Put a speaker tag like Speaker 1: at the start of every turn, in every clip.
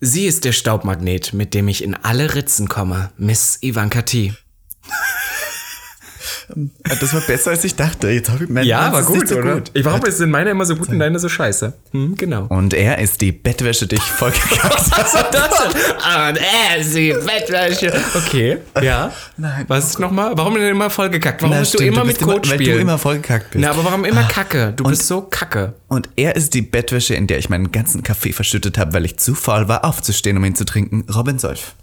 Speaker 1: Sie ist der Staubmagnet, mit dem ich in alle Ritzen komme. Miss Ivanka T.
Speaker 2: Das war besser, als ich dachte. Jetzt habe ich mein
Speaker 1: Ja,
Speaker 2: meins
Speaker 1: war
Speaker 2: ist nicht
Speaker 1: gut,
Speaker 2: so
Speaker 1: oder?
Speaker 2: gut.
Speaker 1: Ich, warum sind meine immer so gut und deine so scheiße? Hm, genau.
Speaker 2: Und er ist die Bettwäsche, die ich vollgekackt habe.
Speaker 1: Was war das denn? Und er äh, sie Bettwäsche. Okay, ja.
Speaker 2: Nein.
Speaker 1: Was ist nochmal? Warum denn immer vollgekackt? Warum
Speaker 2: Na,
Speaker 1: musst
Speaker 2: stimmt,
Speaker 1: du immer
Speaker 2: bist
Speaker 1: mit Code
Speaker 2: Weil
Speaker 1: spielen?
Speaker 2: du immer vollgekackt bist. Ah,
Speaker 1: Na, aber warum immer Kacke? Du bist so Kacke.
Speaker 2: Und er ist die Bettwäsche, in der ich meinen ganzen Kaffee verschüttet habe, weil ich zu faul war, aufzustehen, um ihn zu trinken. Robin Solf.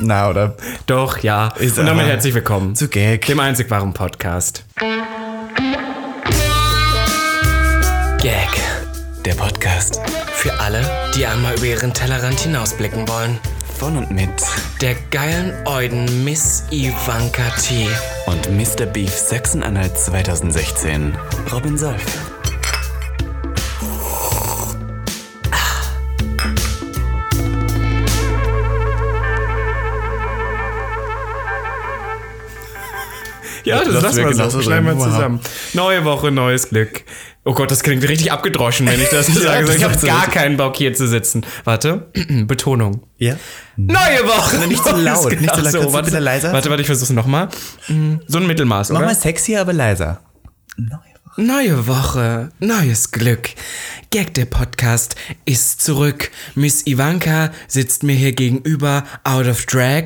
Speaker 2: Na, oder?
Speaker 1: Doch, ja.
Speaker 2: Ist
Speaker 1: und damit
Speaker 2: aber
Speaker 1: herzlich willkommen
Speaker 2: zu Gag.
Speaker 1: dem einzig wahren Podcast. Gag.
Speaker 2: Der Podcast
Speaker 1: Für alle, die einmal über ihren Tellerrand hinausblicken wollen.
Speaker 2: von und mit
Speaker 1: Der geilen Euden Miss Ivanka T.
Speaker 2: und Mr. Beef Sachsen-Anhalt 2016. Robin Solf.
Speaker 1: Ja, das
Speaker 2: lassen
Speaker 1: lassen
Speaker 2: wir
Speaker 1: wir
Speaker 2: genauso
Speaker 1: so. Schneiden wir
Speaker 2: drin. Wow.
Speaker 1: zusammen. Neue Woche, neues Glück. Oh Gott, das klingt richtig abgedroschen, wenn ich das so
Speaker 2: Ja,
Speaker 1: sage.
Speaker 2: das
Speaker 1: ich habe
Speaker 2: sagst du
Speaker 1: gar
Speaker 2: richtig.
Speaker 1: keinen Bock, hier zu sitzen. Warte, Betonung.
Speaker 2: Ja.
Speaker 1: Neue Woche!
Speaker 2: Nicht so laut,
Speaker 1: Genau
Speaker 2: nicht so laut. Kannst du
Speaker 1: warte,
Speaker 2: bitte leiser?
Speaker 1: Warte, warte, ich versuch's nochmal. So ein Mittelmaß,
Speaker 2: Mach
Speaker 1: oder?
Speaker 2: mal sexy, aber leiser.
Speaker 1: Neue Woche, neues Glück. Gag der Podcast ist zurück. Miss Ivanka sitzt mir hier gegenüber, out of drag.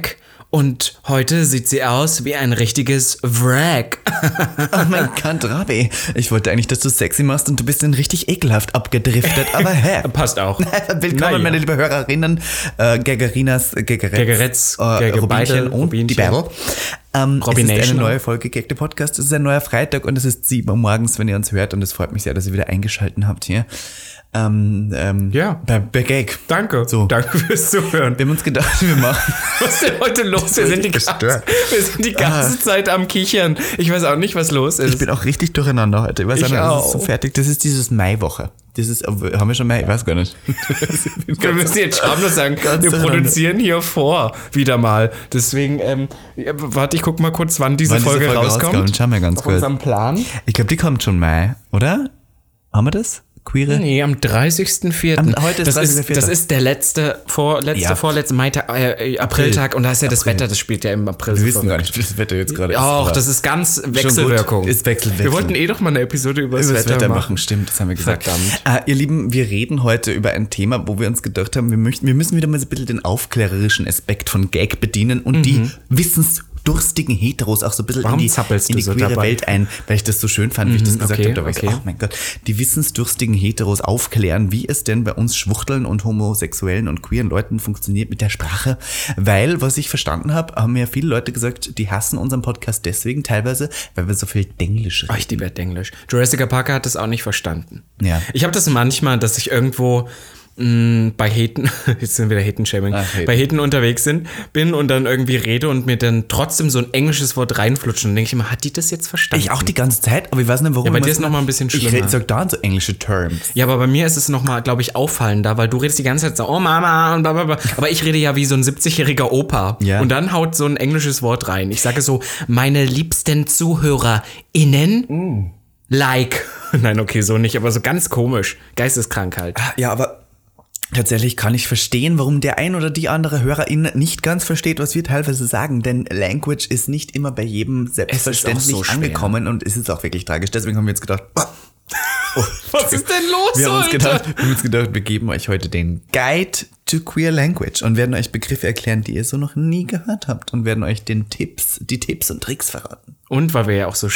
Speaker 1: Und heute sieht sie aus wie ein richtiges Wrack.
Speaker 2: Oh mein Gott, Robby. Ich wollte eigentlich, dass du sexy machst und du bist dann richtig ekelhaft abgedriftet, aber hä?
Speaker 1: Passt auch.
Speaker 2: Willkommen,
Speaker 1: Naja.
Speaker 2: meine liebe Hörerinnen, äh, Gaggerinas,
Speaker 1: Gaggeretz,
Speaker 2: Gaggeretz, äh,
Speaker 1: Gaggebeide,
Speaker 2: Robinchen und die
Speaker 1: Robinchen.
Speaker 2: Bärbel. Ähm, es ist eine
Speaker 1: Robination.
Speaker 2: neue Folge Gag, der Podcast. Es ist ein neuer Freitag und es ist 7 Uhr morgens, wenn ihr uns hört und es freut mich sehr, dass ihr wieder eingeschalten habt hier. Ähm, ähm,
Speaker 1: Ja.
Speaker 2: Bei, bei Gag.
Speaker 1: Danke.
Speaker 2: So.
Speaker 1: Danke fürs Zuhören.
Speaker 2: Wir haben uns gedacht, wir machen...
Speaker 1: Was ist denn heute los? Wir sind, die ganze,
Speaker 2: gestört.
Speaker 1: wir sind die ganze Zeit am Kichern. Ich weiß auch nicht, was los
Speaker 2: Ich
Speaker 1: ist.
Speaker 2: bin auch richtig durcheinander heute. Ich weiß
Speaker 1: Ich
Speaker 2: auch nicht, das ist so
Speaker 1: auch.
Speaker 2: fertig. Das ist dieses Maiwoche. Das ist, haben wir schon Mai? Ich weiß gar nicht.
Speaker 1: Wir müssen jetzt schamlos sagen,
Speaker 2: Ganz
Speaker 1: wir
Speaker 2: durcheinander.
Speaker 1: produzieren hier vor, wieder mal. Deswegen, ähm, ja, warte, ich guck mal kurz, wann diese,
Speaker 2: Wann diese
Speaker 1: Folge,
Speaker 2: Folge
Speaker 1: rauskommt.
Speaker 2: rauskommt, schauen wir ganz
Speaker 1: Auf
Speaker 2: kurz.
Speaker 1: unserem Plan.
Speaker 2: Ich glaube, die kommt schon Mai, oder? Haben wir das? Queere?
Speaker 1: Nee, am 30.04.
Speaker 2: Am- heute ist
Speaker 1: das, ist,
Speaker 2: 30.04..
Speaker 1: das ist der letzte, vorletzte,
Speaker 2: Ja.
Speaker 1: vorletzte Mai, äh, äh, Apriltag. Und da ist ja das Wetter, das spielt ja im April.
Speaker 2: Wir
Speaker 1: so
Speaker 2: wissen
Speaker 1: verrückt.
Speaker 2: gar nicht, wie das Wetter jetzt gerade ist.
Speaker 1: Och,
Speaker 2: aber
Speaker 1: das ist ganz
Speaker 2: gut.
Speaker 1: Wechselwirkung.
Speaker 2: Ist Wechselwirkung.
Speaker 1: Wir wollten eh doch mal eine Episode über das
Speaker 2: über das
Speaker 1: Wetter, machen.
Speaker 2: Stimmt, das haben wir gesagt.
Speaker 1: Verdammt.
Speaker 2: Ah, ihr Lieben, wir reden heute über ein Thema, wo wir uns gedacht haben, wir, möchten, wir müssen wieder mal so ein bisschen den aufklärerischen Aspekt von Gag bedienen und die wissensdurstigen Heteros auch so ein bisschen
Speaker 1: Mhm. Warum
Speaker 2: in die,
Speaker 1: zappelst
Speaker 2: in
Speaker 1: du
Speaker 2: die
Speaker 1: so
Speaker 2: queere
Speaker 1: dabei? Mhm,
Speaker 2: Welt ein, weil ich das so schön fand, wie ich das gesagt
Speaker 1: okay,
Speaker 2: habe. Da war ich so,
Speaker 1: okay.
Speaker 2: oh mein Gott, die wissensdurstigen Heteros aufklären, wie es denn bei uns Schwuchteln und homosexuellen und queeren Leuten funktioniert mit der Sprache. Weil, was ich verstanden habe, haben mir viele Leute gesagt, die hassen unseren Podcast deswegen teilweise, weil wir so viel Denglisch reden.
Speaker 1: Oh, ich liebe Englisch. Jurassic Parker hat das auch nicht verstanden.
Speaker 2: Ja.
Speaker 1: Ich habe das manchmal, dass ich irgendwo mh, bei Heten, jetzt sind wir wieder Heten-Shaming,
Speaker 2: Ach, Heten.
Speaker 1: bei Heten unterwegs sind, bin und dann irgendwie rede und mir dann trotzdem so ein englisches Wort reinflutschen. Dann denke ich immer, hat die das jetzt verstanden?
Speaker 2: Ich auch die ganze Zeit, aber ich weiß nicht, warum. Ja,
Speaker 1: bei dir ist noch mal ein bisschen
Speaker 2: ich
Speaker 1: schlimmer.
Speaker 2: Ich sag dauernd so englische Terms.
Speaker 1: Ja, aber bei mir ist es nochmal, glaube ich, auffallender, weil du redest die ganze Zeit so, oh Mama und bla bla bla. Aber ich rede ja wie so ein 70-jähriger Opa.
Speaker 2: Ja.
Speaker 1: Und dann haut so ein englisches Wort rein. Ich sage so, meine liebsten ZuhörerInnen, like. Nein, okay, so nicht, aber so ganz komisch. halt. Geisteskrankheit.
Speaker 2: Ja, aber tatsächlich kann ich verstehen, warum der ein oder die andere Hörerin nicht ganz versteht, was wir teilweise sagen, denn Language ist nicht immer bei jedem selbstverständlich
Speaker 1: so schwer.
Speaker 2: angekommen und es ist auch wirklich tragisch. Deswegen haben wir uns gedacht, oh,
Speaker 1: Was ist denn los
Speaker 2: wir, haben uns
Speaker 1: heute?
Speaker 2: gedacht wir haben uns gedacht, wir geben euch heute den Guide to Queer Language und werden euch Begriffe erklären, die ihr so noch nie gehört habt und werden euch den Tipps, die Tipps und Tricks verraten.
Speaker 1: Und weil wir ja auch so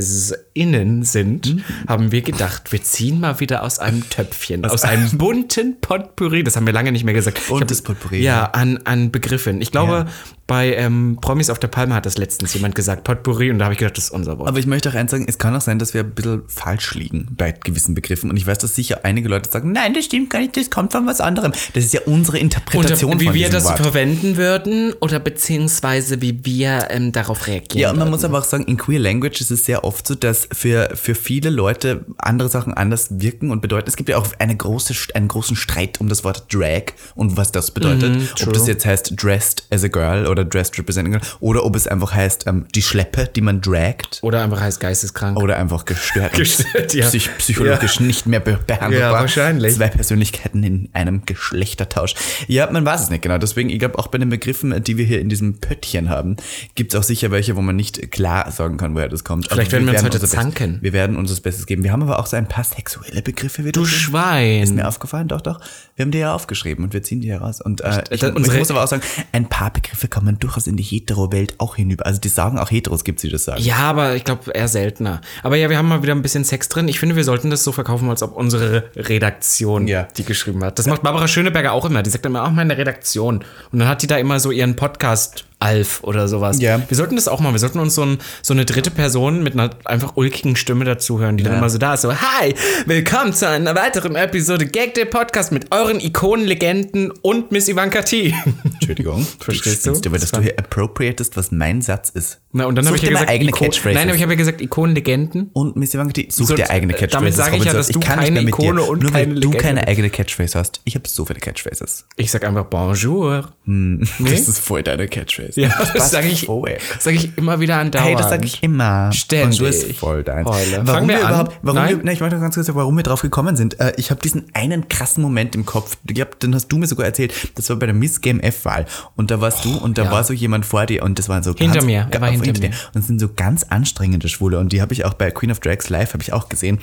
Speaker 1: SpielhäsInnen sind,
Speaker 2: Mhm.
Speaker 1: haben wir gedacht, wir ziehen mal wieder aus einem Töpfchen, aus, einem bunten Potpourri. Das haben wir lange nicht mehr gesagt. Ich
Speaker 2: Buntes Potpourri,
Speaker 1: Ja, an, an Begriffen. Ich glaube, bei ähm, Promis auf der Palme hat das letztens jemand gesagt, Potpourri, und da habe ich gedacht, das ist unser Wort.
Speaker 2: Aber ich möchte auch eins sagen, es kann auch sein, dass wir ein bisschen falsch liegen bei gewissen Begriffen. Und ich weiß, dass sicher einige Leute sagen, nein, das stimmt gar nicht, das kommt von was anderem. Das ist ja unsere
Speaker 1: Und äh,
Speaker 2: Interpretation
Speaker 1: wie
Speaker 2: von
Speaker 1: wir
Speaker 2: diesem
Speaker 1: das
Speaker 2: Wort.
Speaker 1: verwenden würden oder beziehungsweise wie wir ähm, darauf reagieren.
Speaker 2: Ja, und man
Speaker 1: würden.
Speaker 2: muss aber aber auch sagen, in Queer Language ist es sehr oft so, dass für, für viele Leute andere Sachen anders wirken und bedeuten. Es gibt ja auch eine große, einen großen Streit um das Wort Drag und was das bedeutet.
Speaker 1: Mhm,
Speaker 2: ob das jetzt heißt Dressed as a Girl oder Dressed Representing Girl oder ob es einfach heißt ähm, die Schleppe, die man dragt
Speaker 1: Oder einfach heißt geisteskrank.
Speaker 2: oder einfach gestört, und
Speaker 1: Gestört, ja.
Speaker 2: psych psychologisch nicht mehr be behandelbar.
Speaker 1: Ja, wahrscheinlich.
Speaker 2: Zwei Persönlichkeiten in einem Geschlechtertausch. Ja, man weiß es nicht genau. Deswegen, ich glaube, auch bei den Begriffen, die wir hier in diesem Pöttchen haben, gibt es auch sicher welche, wo man nicht klar sagen kann, woher das kommt. Also
Speaker 1: Vielleicht werden wir uns heute
Speaker 2: unser Best-
Speaker 1: zanken.
Speaker 2: Wir werden uns das Bestes geben. Wir haben aber auch so ein paar sexuelle Begriffe wieder.
Speaker 1: Du
Speaker 2: drin. Ist
Speaker 1: Schwein.
Speaker 2: mir aufgefallen, doch, doch. Wir haben die ja aufgeschrieben und wir ziehen die heraus. Und äh, ich,
Speaker 1: da-
Speaker 2: ich
Speaker 1: unsere-
Speaker 2: muss aber auch sagen, ein paar Begriffe kommen durchaus in die Hetero-Welt auch hinüber. Also die sagen auch Heteros, gibt's die das sagen.
Speaker 1: Ja, aber ich glaube eher seltener. Aber ja, wir haben mal wieder ein bisschen Sex drin. Ich finde, wir sollten das so verkaufen, als ob unsere Redaktion
Speaker 2: Ja.
Speaker 1: die geschrieben hat. Das macht Barbara Schöneberger auch immer. Die sagt immer, auch meine Redaktion. Und dann hat die da immer so ihren Podcast Alf oder sowas.
Speaker 2: Ja.
Speaker 1: Wir sollten das auch mal. Wir sollten uns so, ein, so eine dritte Person mit einer einfach ulkigen Stimme dazuhören, die dann immer so da ist. So, hi, willkommen zu einer weiteren Episode Gag der Podcast mit euren Ikonen, Legenden und Miss Ivanka T.
Speaker 2: Entschuldigung.
Speaker 1: Verstehst
Speaker 2: spinnst
Speaker 1: du?
Speaker 2: Aber dass du hier appropriatest, was mein Satz ist.
Speaker 1: Na, und dann
Speaker 2: Such
Speaker 1: habe ich ja
Speaker 2: dir mal
Speaker 1: gesagt,
Speaker 2: eigene
Speaker 1: Iko-
Speaker 2: Catchphrases.
Speaker 1: Nein, aber ich habe ja gesagt, Ikonen, Legenden.
Speaker 2: und Miss Ivanka, such dir
Speaker 1: So,
Speaker 2: eigene
Speaker 1: damit
Speaker 2: Catchphrases.
Speaker 1: sage ich ja,
Speaker 2: Robin,
Speaker 1: dass du
Speaker 2: kann nicht
Speaker 1: keine
Speaker 2: mehr mit
Speaker 1: Ikone und
Speaker 2: Nur weil
Speaker 1: keine
Speaker 2: du
Speaker 1: Legende
Speaker 2: keine
Speaker 1: bist.
Speaker 2: eigene Catchphrase hast. Ich habe so viele Catchphrases.
Speaker 1: Ich sag einfach Bonjour. Nee?
Speaker 2: Das ist voll deine Catchphrase.
Speaker 1: Ja, das
Speaker 2: passt
Speaker 1: sage ich,
Speaker 2: voll.
Speaker 1: sag ich immer wieder andauernd.
Speaker 2: Hey, das sage ich immer.
Speaker 1: Ständig.
Speaker 2: Und du bist voll dein.
Speaker 1: Heule.
Speaker 2: Warum
Speaker 1: Fangen wir
Speaker 2: wir
Speaker 1: an?
Speaker 2: überhaupt, warum
Speaker 1: Nein?
Speaker 2: Wir, nein, ich wollte noch ganz kurz sagen, warum wir drauf gekommen sind. Äh, ich habe diesen einen krassen Moment im Kopf. Ich glaube, den hast du mir sogar erzählt. Das war bei der Miss Game F-Wahl. Und da warst du und da
Speaker 1: ja.
Speaker 2: war so jemand vor dir und das waren so
Speaker 1: Hinter
Speaker 2: ganz,
Speaker 1: mir. Er war
Speaker 2: auf-
Speaker 1: hinter mir.
Speaker 2: Und das sind so ganz anstrengende Schwule. Und die habe ich auch bei Queen of Drags Live habe ich auch gesehen.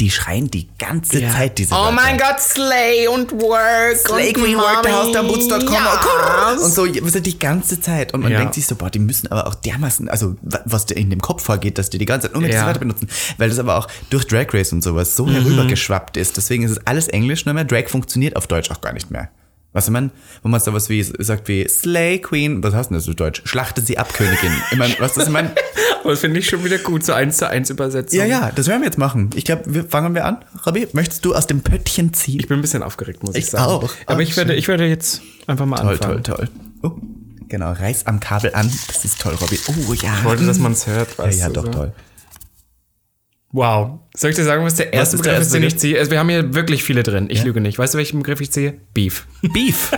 Speaker 2: Die schreien die ganze
Speaker 1: Ja.
Speaker 2: Zeit diese
Speaker 1: Oh
Speaker 2: Wörter.
Speaker 1: mein Gott, Slay und Work.
Speaker 2: Slay Queen Workhouse, der Boots.com.
Speaker 1: Oh, Ja.
Speaker 2: Oh, Und so, weißt du, die ganze Zeit. Und man
Speaker 1: Ja.
Speaker 2: denkt sich so, boah, die müssen aber auch dermaßen, also wa- was dir in dem Kopf vorgeht, dass die die ganze Zeit nur mit
Speaker 1: Ja.
Speaker 2: ja. Wörter benutzen. Weil das aber auch durch Drag Race und sowas so herübergeschwappt ist. Deswegen ist es alles Englisch nur mehr. Drag funktioniert auf Deutsch auch gar nicht mehr. Weißt du, man, wenn man sowas wie, sagt wie Slay Queen, was heißt denn das auf Deutsch? Schlachte sie ab, Königin. Ich mein, was das, ich mein,
Speaker 1: Aber das finde ich schon wieder gut, so eins zu eins Übersetzung.
Speaker 2: ja, ja, das werden wir jetzt machen. Ich glaube, wir fangen wir an. Rabbi, möchtest du aus dem Pöttchen ziehen?
Speaker 1: Ich bin ein bisschen aufgeregt, muss ich,
Speaker 2: Ich
Speaker 1: sagen.
Speaker 2: auch.
Speaker 1: Aber
Speaker 2: Ah,
Speaker 1: ich werde, ich werde jetzt einfach mal
Speaker 2: Toll,
Speaker 1: anfangen.
Speaker 2: toll, toll. Oh, genau, reiß am Kabel an. Das ist toll, Robby. Oh ja.
Speaker 1: Ich wollte, dass man es hört.
Speaker 2: ja,
Speaker 1: Weißt
Speaker 2: ja,
Speaker 1: du,
Speaker 2: doch,
Speaker 1: so.
Speaker 2: toll.
Speaker 1: Wow. Soll ich dir sagen, was der erste
Speaker 2: ist der
Speaker 1: Begriff ist,
Speaker 2: erste
Speaker 1: den ich
Speaker 2: Begriff?
Speaker 1: ziehe? Also, wir haben hier wirklich viele drin. Ich lüge nicht. Weißt du, welchen Begriff ich ziehe? Beef.
Speaker 2: Beef.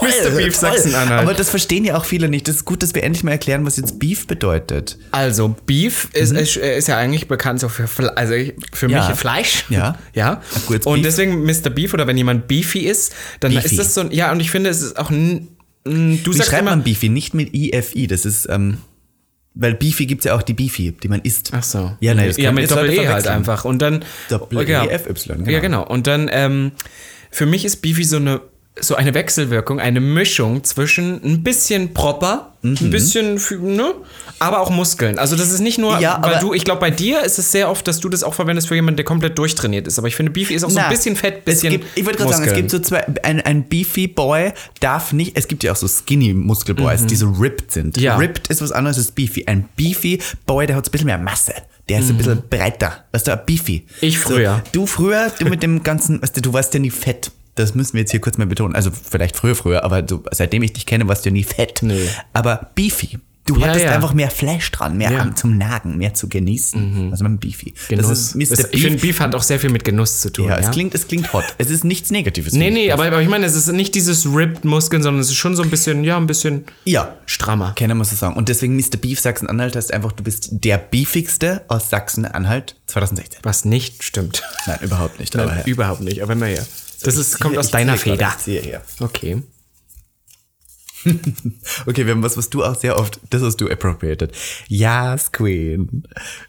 Speaker 1: Mr. Beef Sachsen-Anhalt.
Speaker 2: Ah, Aber das verstehen ja auch viele nicht. Das ist gut, dass wir endlich mal erklären, was jetzt Beef bedeutet.
Speaker 1: Also Beef ist, ist, ist ja eigentlich bekannt so für Fle- also ich- für
Speaker 2: Mhm. Ja.
Speaker 1: mich Fleisch.
Speaker 2: Ja.
Speaker 1: Ja.
Speaker 2: Ein gutes
Speaker 1: Und
Speaker 2: Beef.
Speaker 1: deswegen Mr. Beef oder wenn jemand beefy ist, dann
Speaker 2: Beefy.
Speaker 1: ist das so ein ja und ich finde es ist auch n, n, du
Speaker 2: Wie
Speaker 1: sagst
Speaker 2: schreibt
Speaker 1: immer
Speaker 2: man Beefy? Nicht mit IFI. Das ist, ähm, weil Beefy gibt's ja auch die Beefy, die man isst.
Speaker 1: Ach so.
Speaker 2: Ja, nein, das
Speaker 1: ja,
Speaker 2: kann-
Speaker 1: mit
Speaker 2: das soll
Speaker 1: Doppel
Speaker 2: ich
Speaker 1: E halt
Speaker 2: verwechseln.
Speaker 1: einfach und dann
Speaker 2: Doppel E,
Speaker 1: ja.
Speaker 2: FY, genau.
Speaker 1: Ja, genau. Und dann ähm, für mich ist Beefy so eine so eine Wechselwirkung, eine Mischung zwischen ein bisschen proper,
Speaker 2: Mhm.
Speaker 1: ein bisschen, fü- ne, aber auch Muskeln. Also das ist nicht nur,
Speaker 2: Ja,
Speaker 1: weil
Speaker 2: aber-
Speaker 1: du, ich glaube, bei dir ist es sehr oft, dass du das auch verwendest für jemanden, der komplett durchtrainiert ist. Aber ich finde, Beefy ist auch so ein
Speaker 2: Na,
Speaker 1: bisschen fett, bisschen
Speaker 2: Es gibt, ich wollte gerade sagen, es
Speaker 1: Muskeln.
Speaker 2: gibt so zwei, ein, ein Beefy Boy darf nicht, es gibt ja auch so Skinny Muskelboys, die so ripped sind.
Speaker 1: Mhm. Ja.
Speaker 2: Ripped ist was anderes als Beefy. Ein Beefy Boy, der hat ein bisschen mehr Masse. Der ist ein bisschen breiter. Weißt du, ein Beefy.
Speaker 1: Mhm. Ich früher.
Speaker 2: So, du früher, du mit dem ganzen, weißt du, du warst ja nie fett. Das müssen wir jetzt hier kurz mal betonen. Also vielleicht früher, früher, aber du, seitdem ich dich kenne, warst du ja nie fett.
Speaker 1: Nee.
Speaker 2: Aber Beefy. Du
Speaker 1: Ja,
Speaker 2: hattest
Speaker 1: ja.
Speaker 2: einfach mehr Fleisch dran, mehr
Speaker 1: Ja. Mhm.
Speaker 2: am- zum Nagen, mehr zu genießen. Also mein Beefy.
Speaker 1: Genuss.
Speaker 2: Das ist Mr.
Speaker 1: ich
Speaker 2: Beef.
Speaker 1: finde, Beef hat auch sehr viel mit Genuss zu tun.
Speaker 2: Ja, es klingt, es klingt hot. Es ist nichts Negatives.
Speaker 1: Nee, nee, aber, aber ich meine, es ist nicht dieses ripped Muskeln, sondern es ist schon so ein bisschen, ja, ein bisschen
Speaker 2: Ja,
Speaker 1: strammer.
Speaker 2: keiner muss es sagen. Und deswegen Mr. Beef Sachsen-Anhalt heißt einfach, du bist der beefigste aus Sachsen-Anhalt 2016.
Speaker 1: Was nicht stimmt.
Speaker 2: Nein, überhaupt nicht. aber ja.
Speaker 1: Überhaupt nicht, aber naja. Das ist, kommt
Speaker 2: Hier,
Speaker 1: aus
Speaker 2: ich
Speaker 1: deiner
Speaker 2: ziehe
Speaker 1: Feder.
Speaker 2: gerade, ich ziehe hier.
Speaker 1: Okay.
Speaker 2: Okay, wir haben was, was du auch sehr oft, das hast du appropriated. Yas Queen.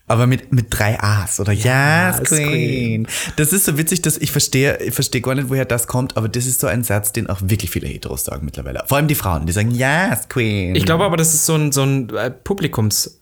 Speaker 2: Aber mit, mit drei A's oder Yas
Speaker 1: Yes,
Speaker 2: Queen. Das ist so witzig, dass ich verstehe, ich verstehe gar nicht, woher das kommt, aber das ist so ein Satz, den auch wirklich viele Heteros sagen mittlerweile. Vor allem die Frauen, die sagen Yas Queen.
Speaker 1: Ich glaube aber, das ist so ein, so ein äh, Publikumssache.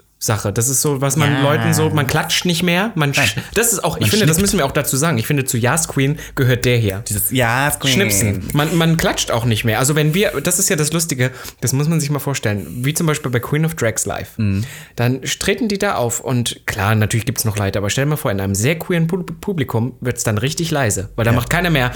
Speaker 1: Das ist so, was man
Speaker 2: Ja.
Speaker 1: Leuten so, man klatscht nicht mehr. Man sch- das ist auch, ich finde, das
Speaker 2: schnickt.
Speaker 1: müssen wir auch dazu sagen. Ich finde, zu Yas Queen gehört der hier.
Speaker 2: Dieses Yas Queen.
Speaker 1: Schnipsen. Man, man klatscht auch nicht mehr. Also wenn wir, das ist ja das Lustige, das muss man sich mal vorstellen, wie zum Beispiel bei Queen of Drags Live.
Speaker 2: Mhm.
Speaker 1: Dann treten die da auf und klar, natürlich gibt es noch Leute, aber stell dir mal vor, in einem sehr queeren Pub- Publikum wird es dann richtig leise, weil da macht keiner mehr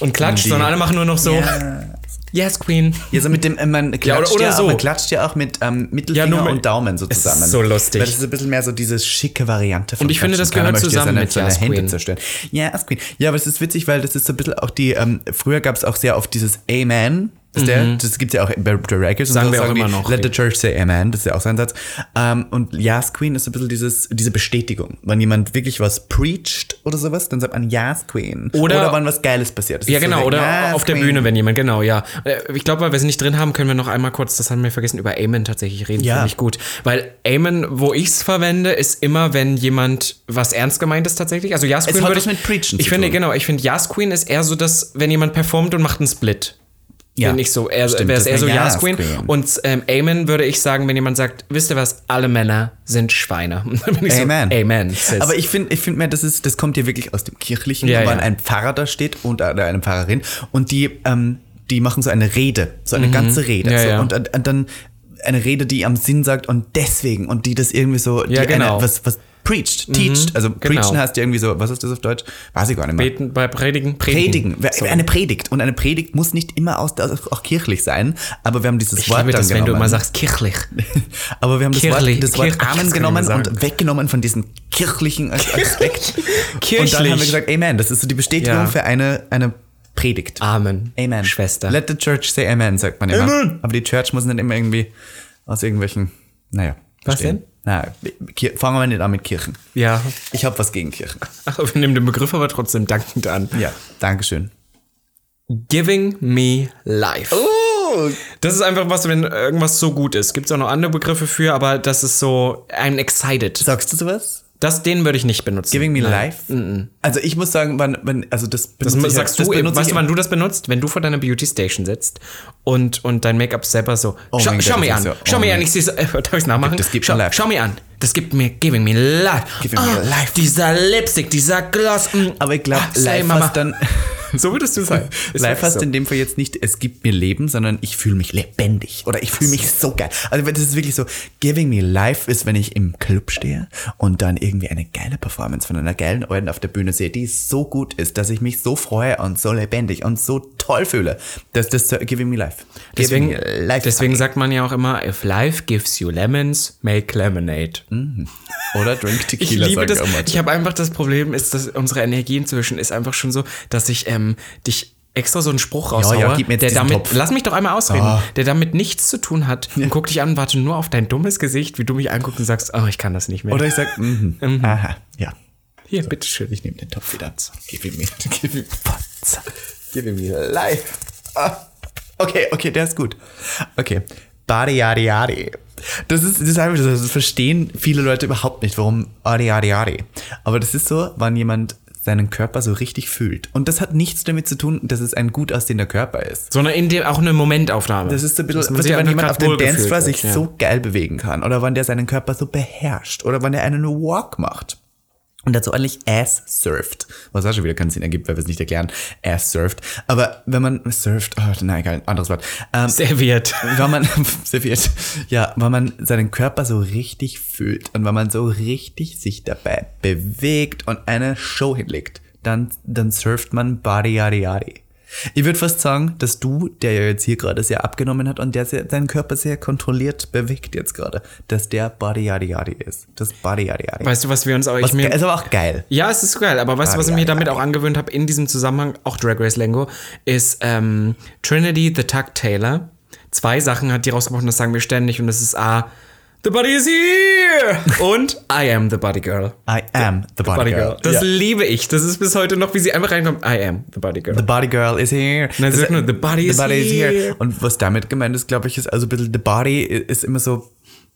Speaker 1: und klatscht,
Speaker 2: die-
Speaker 1: sondern alle machen nur noch so.
Speaker 2: Ja.
Speaker 1: Yes, Queen.
Speaker 2: Ja, so mit dem, äh, man klatscht
Speaker 1: oder-
Speaker 2: ja,
Speaker 1: oder so.
Speaker 2: auch, man klatscht ja auch mit ähm, Mittelfinger
Speaker 1: Ja, nur mit-
Speaker 2: und Daumen so
Speaker 1: Es ist
Speaker 2: zusammen.
Speaker 1: so lustig.
Speaker 2: Weil das ist ein bisschen mehr so diese schicke Variante von
Speaker 1: Und ich finde,
Speaker 2: Klatschen.
Speaker 1: das gehört
Speaker 2: Keiner möchte
Speaker 1: zusammen
Speaker 2: seine,
Speaker 1: mit
Speaker 2: seine
Speaker 1: Yes,
Speaker 2: Hände
Speaker 1: Queen.
Speaker 2: zerstören. Ja, Yes, Queen. Ja, aber es ist witzig, weil das ist so ein bisschen auch die, ähm, früher gab es auch sehr oft dieses Amen. Ist der, das gibt es ja auch bei The Records.
Speaker 1: Mhm. Sagen
Speaker 2: und so
Speaker 1: wir auch
Speaker 2: die,
Speaker 1: immer noch.
Speaker 2: Let the Church say Amen, das ist ja auch sein Satz. Ähm, und Yes, Queen ist so ein bisschen dieses, diese Bestätigung. Wenn jemand wirklich was preacht oder sowas, dann sagt man Yes, Queen.
Speaker 1: Oder-
Speaker 2: wenn was Geiles passiert. Das
Speaker 1: Ja,
Speaker 2: ist so
Speaker 1: genau,
Speaker 2: der
Speaker 1: oder
Speaker 2: Yes,
Speaker 1: auf der
Speaker 2: Queen.
Speaker 1: Bühne, wenn jemand, genau, ja. Äh, Ich glaube, weil wir es nicht drin haben, können wir noch einmal kurz, das haben wir vergessen, über Amen tatsächlich reden.
Speaker 2: Ja.
Speaker 1: Finde ich gut. Weil Amen, wo ich es verwende, ist immer, wenn jemand was ernst gemeint ist tatsächlich. Also Yas
Speaker 2: Es
Speaker 1: Queen
Speaker 2: hat
Speaker 1: würde
Speaker 2: was
Speaker 1: ich,
Speaker 2: mit Preachen
Speaker 1: Ich
Speaker 2: zu
Speaker 1: finde,
Speaker 2: tun.
Speaker 1: genau, ich finde Yas Queen ist eher so, dass, wenn jemand performt und macht einen Split.
Speaker 2: Ja,
Speaker 1: Ja, nicht so, eher,
Speaker 2: stimmt,
Speaker 1: wäre es
Speaker 2: das
Speaker 1: eher so
Speaker 2: wäre
Speaker 1: Yas
Speaker 2: Yas
Speaker 1: Queen.
Speaker 2: Queen.
Speaker 1: Und ähm, Amen würde ich sagen, wenn jemand sagt, wisst ihr was, alle Männer sind Schweine. Dann bin ich
Speaker 2: Amen.
Speaker 1: So, Amen. sis.
Speaker 2: Aber ich finde ich find mehr, das, ist, das kommt ja wirklich aus dem Kirchlichen,
Speaker 1: Ja,
Speaker 2: wo
Speaker 1: ja.
Speaker 2: man ein Pfarrer da steht und oder eine Pfarrerin und die, ähm, die machen so eine Rede, so eine ganze Rede.
Speaker 1: Mhm. Ja,
Speaker 2: so,
Speaker 1: ja.
Speaker 2: Und, und, und dann eine Rede, die am Sinn sagt und deswegen und die das irgendwie so, die
Speaker 1: Ja, genau. Mhm,
Speaker 2: eine, was, was preached, teached. Also preachen heißt ja irgendwie so, was ist das auf Deutsch? Weiß ich gar nicht mehr.
Speaker 1: Beten, bei Predigen.
Speaker 2: Predigen. Wer-
Speaker 1: So.
Speaker 2: Eine Predigt. Und eine Predigt muss nicht immer aus, aus, auch kirchlich sein, aber wir haben dieses
Speaker 1: Ich
Speaker 2: Wort
Speaker 1: liebe
Speaker 2: dann
Speaker 1: das, wenn du
Speaker 2: genommen.
Speaker 1: immer sagst, kirchlich.
Speaker 2: Aber wir haben das
Speaker 1: Kirchlich-
Speaker 2: Wort, das Wort
Speaker 1: kirchlich, das kann
Speaker 2: Amen
Speaker 1: ich
Speaker 2: genommen
Speaker 1: mir
Speaker 2: und
Speaker 1: sagen.
Speaker 2: weggenommen von diesem kirchlichen As- Aspekt. Und dann haben wir gesagt, Amen. Das ist so die Bestätigung
Speaker 1: Ja.
Speaker 2: für eine, eine Predigt.
Speaker 1: Amen.
Speaker 2: Amen.
Speaker 1: Schwester.
Speaker 2: Let the church say Amen, sagt man immer.
Speaker 1: Amen.
Speaker 2: Aber die Church muss nicht immer irgendwie aus irgendwelchen, naja.
Speaker 1: Was
Speaker 2: verstehen.
Speaker 1: denn?
Speaker 2: Na, Kir- fangen wir nicht an mit Kirchen.
Speaker 1: ja.
Speaker 2: Ich habe was gegen Kirchen.
Speaker 1: Ach, wir nehmen den Begriff aber trotzdem dankend an.
Speaker 2: Ja, Dankeschön.
Speaker 1: Giving me life.
Speaker 2: Oh.
Speaker 1: Das ist einfach was, wenn irgendwas so gut ist. Gibt es auch noch andere Begriffe für, aber das ist so, I'm excited.
Speaker 2: Sagst du sowas?
Speaker 1: Das, den würde ich nicht benutzen.
Speaker 2: Giving me life? Also ich muss sagen, wann, wenn, also das
Speaker 1: das
Speaker 2: benutze ich halt-
Speaker 1: sagst du, eben,
Speaker 2: benutze ich
Speaker 1: weißt du,
Speaker 2: im-
Speaker 1: wann du das benutzt? Wenn du vor deiner Beauty Station sitzt und, und dein Make-up selber so, schau,
Speaker 2: mein Gott,
Speaker 1: schau
Speaker 2: das
Speaker 1: mir
Speaker 2: ist
Speaker 1: an,
Speaker 2: ja-
Speaker 1: schau
Speaker 2: oh
Speaker 1: mir
Speaker 2: mein
Speaker 1: an, ich sehe, äh, darf ich nachmachen?
Speaker 2: Das gibt mir
Speaker 1: schau,
Speaker 2: life.
Speaker 1: schau mir an, das gibt mir, giving me life. Ah,
Speaker 2: Giving me life.
Speaker 1: Dieser Lipstick, dieser Gloss. mm.
Speaker 2: Aber ich glaube,
Speaker 1: Ah, say,
Speaker 2: live
Speaker 1: Mama.
Speaker 2: hast dann.
Speaker 1: So würdest du sagen. Ist
Speaker 2: Live
Speaker 1: wirklich
Speaker 2: hast
Speaker 1: so.
Speaker 2: in dem Fall jetzt nicht, es gibt mir Leben, sondern ich fühle mich lebendig oder ich fühle mich so geil. Also das ist wirklich so, giving me life ist, wenn ich im Club stehe und dann irgendwie eine geile Performance von einer geilen Eulen auf der Bühne sehe, die so gut ist, dass ich mich so freue und so lebendig und so toll fühle. Das das ist giving me life.
Speaker 1: Deswegen,
Speaker 2: Giving me life.
Speaker 1: deswegen sagt man ja auch immer, if life gives you lemons, make lemonade.
Speaker 2: oder drink
Speaker 1: Ich
Speaker 2: Tequila.
Speaker 1: liebe
Speaker 2: Hm?
Speaker 1: das.
Speaker 2: sagen auch manche.
Speaker 1: Ich habe einfach das Problem, ist, dass unsere Energie inzwischen ist einfach schon so, dass ich ähm, dich extra so einen Spruch raushaue,
Speaker 2: ja, gib mir jetzt
Speaker 1: der
Speaker 2: diesen
Speaker 1: damit,
Speaker 2: Topf.
Speaker 1: lass mich doch einmal ausreden,
Speaker 2: Ah.
Speaker 1: der damit nichts zu tun hat und guck dich an, warte nur auf dein dummes Gesicht, wie du mich anguckst und sagst, oh, ich kann das nicht mehr.
Speaker 2: oder ich sag, mhm, aha, ja.
Speaker 1: Hier, bitteschön.
Speaker 2: Ich nehme den Topf wieder. Gib ihm mir. Gib ihm, Zack. gib ihm mir live. Ah. Okay, okay, der ist gut. Okay. Bari, yari, yari. Das ist, das, ist einfach, das das verstehen viele Leute überhaupt nicht, warum Ari, Ari, Ari. Aber das ist so, wann jemand seinen Körper so richtig fühlt. Und das hat nichts damit zu tun, dass es ein gut aussehender Körper ist.
Speaker 1: Sondern in dem auch eine Momentaufnahme.
Speaker 2: Das ist so ein bisschen,
Speaker 1: Dass man
Speaker 2: weißt
Speaker 1: sich
Speaker 2: du, wenn
Speaker 1: einfach
Speaker 2: jemand
Speaker 1: grad
Speaker 2: auf dem
Speaker 1: wohlgefühlt
Speaker 2: Dancefloor sich
Speaker 1: wird, ja.
Speaker 2: so geil bewegen kann oder wann der seinen Körper so beherrscht oder wann der einen Walk macht und dazu ordentlich Ass surft. Was auch schon wieder keinen Sinn ergibt, weil wir es nicht erklären. Ass surft. Aber wenn man surft, oh, nein, egal, anderes Wort. Ähm,
Speaker 1: serviert.
Speaker 2: wenn man serviert, ja, wenn man seinen Körper so richtig fühlt und wenn man so richtig sich dabei bewegt und eine Show hinlegt, dann, dann surft man Bari Yari Yari. Ich würde fast sagen, dass du, der ja jetzt hier gerade sehr abgenommen hat und der sehr, seinen Körper sehr kontrolliert bewegt jetzt gerade, dass der Bari Yari Yari ist. Das Bari Yari Yari.
Speaker 1: Weißt du, was wir uns auch, ich
Speaker 2: Was ge- ist aber auch geil.
Speaker 1: Ja, es ist geil, aber weißt du, was ich
Speaker 2: ja,
Speaker 1: mir
Speaker 2: ja,
Speaker 1: damit auch angewöhnt habe in diesem Zusammenhang, auch Drag Race Lengo, ist ähm, Trinity the Tuck Taylor. Zwei Sachen hat die rausgebracht und das sagen wir ständig und das ist A. The Body is here! Und I am the Body Girl.
Speaker 2: I am the, Body,
Speaker 1: Body Girl.
Speaker 2: Girl.
Speaker 1: Das
Speaker 2: Ja.
Speaker 1: liebe ich. Das ist bis heute noch, wie sie einfach reinkommt. I am the Body Girl.
Speaker 2: The Body Girl is here.
Speaker 1: Nein, sie
Speaker 2: Das-
Speaker 1: sagt nur, the body is here.
Speaker 2: Und was damit gemeint ist, glaube ich, ist also ein bisschen, the body ist immer so,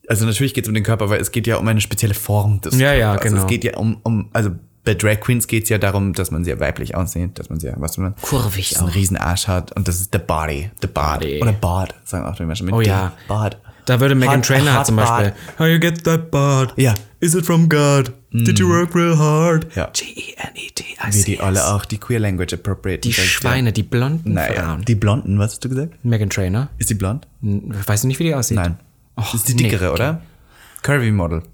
Speaker 2: also natürlich geht es um den Körper, weil es geht ja um eine spezielle Form des
Speaker 1: Ja, ja,
Speaker 2: Körpers.
Speaker 1: genau.
Speaker 2: Es geht ja um, um also bei Drag Queens geht es ja darum, dass man sehr weiblich aussieht, dass man sehr, was man
Speaker 1: Kurvig
Speaker 2: dass man einen riesen Arsch hat und das ist the body, the body.
Speaker 1: Body.
Speaker 2: Oder Bart, sagen auch die Menschen mit
Speaker 1: Oh
Speaker 2: D.
Speaker 1: ja.
Speaker 2: Bart.
Speaker 1: da würde Megan
Speaker 2: Hot-
Speaker 1: Trainor
Speaker 2: hot
Speaker 1: zum Beispiel. How you get that part?
Speaker 2: Ja. Mm.
Speaker 1: Is it from God? Did you work real hard? E
Speaker 2: Ja.
Speaker 1: G-E-N-E-T.
Speaker 2: Wie die alle auch die Queer Language appropriate.
Speaker 1: Die Schweine, die blonden
Speaker 2: Naja,
Speaker 1: Frauen.
Speaker 2: die Blonden, was hast du gesagt?
Speaker 1: Megan Trainor.
Speaker 2: Ist die blond?
Speaker 1: Ich weiß nicht, wie die aussieht.
Speaker 2: Nein.
Speaker 1: Och,
Speaker 2: ist die dickere,
Speaker 1: nee.
Speaker 2: oder? Curvy Model.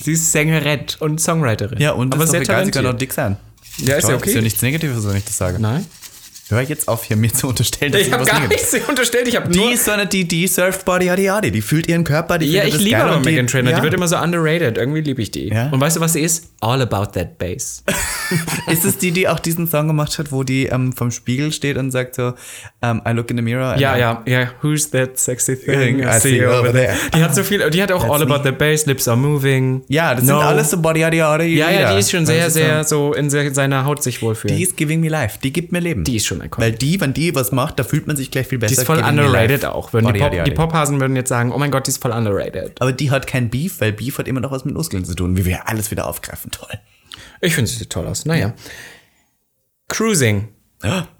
Speaker 1: Sie ist Sängerin und Songwriterin.
Speaker 2: Ja, und
Speaker 1: aber
Speaker 2: ist
Speaker 1: sehr
Speaker 2: doch egal, sie kann auch
Speaker 1: talentiert.
Speaker 2: dick sein.
Speaker 1: Ja, ist ja okay.
Speaker 2: Ist ja nichts Negatives, wenn ich das sage.
Speaker 1: Nein?
Speaker 2: Hör jetzt auf, hier mir zu unterstellen, dass
Speaker 1: Ich habe
Speaker 2: was
Speaker 1: gar
Speaker 2: negativ-
Speaker 1: nichts unterstellt. Ich habe nur.
Speaker 2: Die ist so eine, die, die surft Body Adi Adi. Die fühlt ihren Körper, die
Speaker 1: ja,
Speaker 2: findet
Speaker 1: ich
Speaker 2: das
Speaker 1: liebe
Speaker 2: geil
Speaker 1: aber
Speaker 2: und die-
Speaker 1: Megan Trainor.
Speaker 2: ja.
Speaker 1: Die wird immer so underrated. Irgendwie liebe ich die.
Speaker 2: Ja.
Speaker 1: Und weißt du, was sie ist? All about that bass.
Speaker 2: Ist es die, die auch diesen Song gemacht hat, wo die ähm, vom Spiegel steht und sagt so, ähm, I look in the mirror? and
Speaker 1: ja,
Speaker 2: I-
Speaker 1: ja, ja. Who's that sexy thing
Speaker 2: I see over there.
Speaker 1: Die hat so viel. Die hat auch All about that bass, Lips are moving.
Speaker 2: Ja, das
Speaker 1: No.
Speaker 2: sind alles so Body Adi Adi.
Speaker 1: Ja, ja, die ist schon sehr,
Speaker 2: Das
Speaker 1: sehr so in se- seiner Haut sich wohlfühlen.
Speaker 2: Die ist Giving Me Life. Die gibt mir Leben.
Speaker 1: Die ist schon iconic.
Speaker 2: Weil die, wenn die was macht, da fühlt man sich gleich viel besser.
Speaker 1: Die ist voll
Speaker 2: Giving Me Life.
Speaker 1: underrated auch. Würden die,
Speaker 2: Body
Speaker 1: Pop,
Speaker 2: Adi
Speaker 1: die
Speaker 2: Adi.
Speaker 1: Pophasen würden jetzt sagen, oh mein Gott, die ist voll underrated.
Speaker 2: Aber die hat kein Beef, weil Beef hat immer noch was mit Muskeln zu tun, wie wir alles wieder aufgreifen. Toll.
Speaker 1: Ich finde, sie sieht toll aus. Naja. Cruising.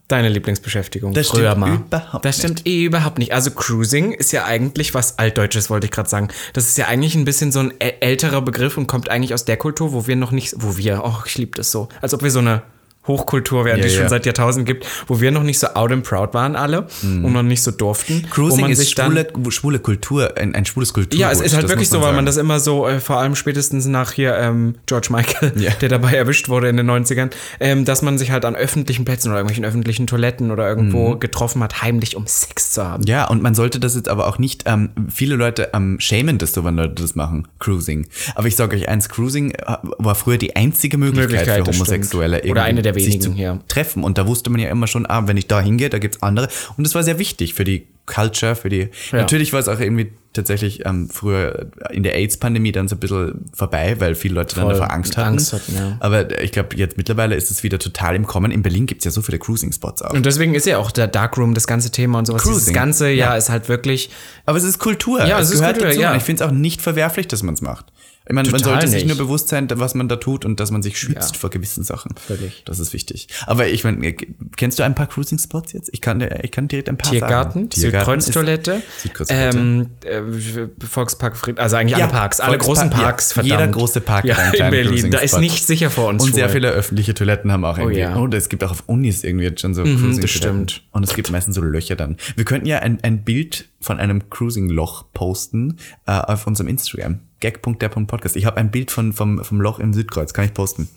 Speaker 1: Deine Lieblingsbeschäftigung.
Speaker 2: Das
Speaker 1: früher
Speaker 2: stimmt
Speaker 1: mal.
Speaker 2: überhaupt
Speaker 1: Das stimmt überhaupt nicht. Also Cruising ist ja eigentlich was Altdeutsches, wollte ich gerade sagen. Das ist ja eigentlich ein bisschen so ein ä- älterer Begriff und kommt eigentlich aus der Kultur, wo wir noch nicht, wo wir, oh, ich liebe das so, als ob wir so eine Hochkultur wären,
Speaker 2: Ja,
Speaker 1: die es schon
Speaker 2: ja.
Speaker 1: seit Jahrtausenden gibt, wo wir noch nicht so out and proud waren alle und noch nicht so durften. wo
Speaker 2: Mhm. Cruising
Speaker 1: man
Speaker 2: ist
Speaker 1: sich dann-
Speaker 2: schwule, schwule Kultur, ein, ein schwules Kulturgut.
Speaker 1: Ja, es ist halt
Speaker 2: das
Speaker 1: wirklich
Speaker 2: muss
Speaker 1: so, weil man
Speaker 2: sagen.
Speaker 1: das immer so, äh, vor allem spätestens nach hier ähm, George Michael,
Speaker 2: Ja.
Speaker 1: der dabei erwischt wurde in den 90ern, ähm, dass man sich halt an öffentlichen Plätzen oder irgendwelchen öffentlichen Toiletten oder irgendwo getroffen hat, heimlich um Sex zu haben.
Speaker 2: Mhm. Ja, und man sollte das jetzt aber auch nicht, ähm, viele Leute ähm, schämen das so, wenn Leute das machen, Cruising. Aber ich sage euch eins, Cruising äh, war früher die einzige Möglichkeit,
Speaker 1: Möglichkeit,
Speaker 2: für
Speaker 1: das stimmt.
Speaker 2: Homosexuelle
Speaker 1: Oder eine der
Speaker 2: sich
Speaker 1: wenigen,
Speaker 2: zu
Speaker 1: ja.
Speaker 2: treffen. Und da wusste man ja immer schon, ah, wenn ich da hingehe, da gibt's andere. Und das war sehr wichtig für die Culture, für die...
Speaker 1: Ja.
Speaker 2: Natürlich war es auch irgendwie tatsächlich ähm, früher in der AIDS-Pandemie dann so ein bisschen vorbei, weil viele Leute dann
Speaker 1: Voll.
Speaker 2: davor Angst hatten.
Speaker 1: Angst hatten, ja.
Speaker 2: Aber ich glaube, jetzt mittlerweile ist es wieder total im Kommen. In Berlin gibt's ja so viele Cruising-Spots auch.
Speaker 1: Und deswegen ist ja auch der Darkroom, das ganze Thema und sowas. Dieses
Speaker 2: Cruising.
Speaker 1: ganze, ja, ist halt wirklich,
Speaker 2: Aber es ist Kultur.
Speaker 1: Ja, es ist Kultur, ja.
Speaker 2: Und ich finde es auch nicht verwerflich, dass man es macht. Ich meine, man
Speaker 1: Total
Speaker 2: sollte sich
Speaker 1: nicht.
Speaker 2: nur bewusst sein, was man da tut und dass man sich schützt
Speaker 1: Ja.
Speaker 2: vor gewissen Sachen.
Speaker 1: Völlig.
Speaker 2: Das ist wichtig. Aber ich meine, kennst du ein paar Cruising-Spots jetzt? Ich kann, dir- ich kann direkt ein paar
Speaker 1: Tiergarten,
Speaker 2: sagen. Tiergarten ist-
Speaker 1: Südkreuztoilette,
Speaker 2: Südkreuztoilette.
Speaker 1: ähm, äh, Volkspark Fried, also eigentlich alle
Speaker 2: Ja,
Speaker 1: Parks, alle
Speaker 2: Volkspark-
Speaker 1: großen Parks,
Speaker 2: ja.
Speaker 1: verdammt.
Speaker 2: Jeder große Park
Speaker 1: ja,
Speaker 2: hat einen
Speaker 1: in
Speaker 2: kleinen
Speaker 1: Berlin, da ist
Speaker 2: Cruising-Spot.
Speaker 1: nichts sicher vor uns.
Speaker 2: Und sehr
Speaker 1: wohl.
Speaker 2: viele öffentliche Toiletten haben auch irgendwie.
Speaker 1: ja. Mhm,
Speaker 2: Oder es gibt auch auf Unis irgendwie jetzt schon so Cruising.
Speaker 1: das stimmt.
Speaker 2: Und es gibt meistens so Löcher dann. Wir könnten ja ein, ein Bild von einem Cruising-Loch posten äh, auf unserem Instagram. Gag.der.podcast. Ich habe ein Bild von, vom, vom Loch im Südkreuz. Kann ich posten.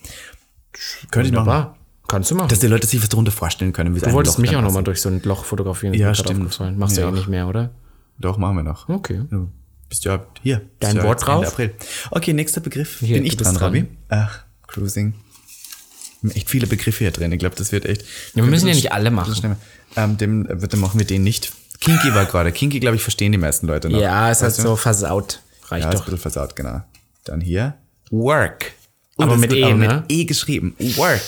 Speaker 2: Könnte ich machen.
Speaker 1: Wunderbar. Kannst du machen.
Speaker 2: Dass die Leute sich was darunter vorstellen können. Wie
Speaker 1: Du wolltest mich auch nochmal durch so ein Loch fotografieren. ist
Speaker 2: Ja,
Speaker 1: mir gerade
Speaker 2: stimmt.
Speaker 1: aufgefallen. Machst
Speaker 2: Ja.
Speaker 1: du eh nicht mehr, oder?
Speaker 2: Doch, machen wir noch.
Speaker 1: Okay.
Speaker 2: Ja. Bist du ja hier. Bist
Speaker 1: Dein
Speaker 2: ja
Speaker 1: Wort
Speaker 2: jetzt Ende
Speaker 1: drauf?
Speaker 2: April. Okay, nächster Begriff.
Speaker 1: Hier,
Speaker 2: Bin
Speaker 1: du
Speaker 2: ich
Speaker 1: bist
Speaker 2: dran,
Speaker 1: dran.
Speaker 2: Robby? Ach, Cruising. Wir haben Echt viele Begriffe hier drin. Ich glaube, das wird echt.
Speaker 1: wir müssen ja nicht alle machen.
Speaker 2: Schlimmer. Ähm, dem, äh, dann machen wir den nicht. Kinky war gerade. Kinky, glaube ich, verstehen die meisten Leute noch.
Speaker 1: Ja, ist halt
Speaker 2: Weißt du?
Speaker 1: so versaut. Reicht
Speaker 2: Ja, ist ein
Speaker 1: doch.
Speaker 2: bisschen versaut, genau. Dann hier. Work. Oh,
Speaker 1: Aber
Speaker 2: das
Speaker 1: mit
Speaker 2: wird
Speaker 1: E,
Speaker 2: aber
Speaker 1: ne?
Speaker 2: mit E geschrieben. Work.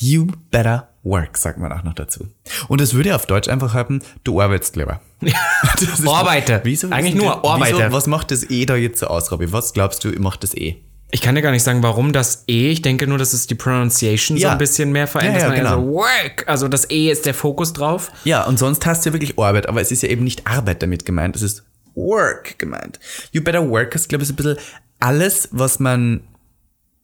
Speaker 2: You better work, sagt man auch noch dazu. Und es würde ja auf Deutsch einfach heißen, du arbeitest clever. Das ist-
Speaker 1: Arbeite. Eigentlich
Speaker 2: wieso-
Speaker 1: nur arbeite.
Speaker 2: Wieso, was macht das E da jetzt so aus, Robby? Was glaubst du, macht das E?
Speaker 1: Ich kann dir gar nicht sagen, warum das E. Ich denke nur, dass es die Pronunciation so
Speaker 2: Ja.
Speaker 1: ein bisschen mehr verändert.
Speaker 2: Ja, ja,
Speaker 1: dass man eher
Speaker 2: genau.
Speaker 1: so, work. Also das E ist der Fokus drauf.
Speaker 2: Ja, und sonst hast du ja wirklich Arbeit, aber es ist ja eben nicht Arbeit damit gemeint, es ist Work gemeint. You better work ist, glaube ich, so ein bisschen alles, was man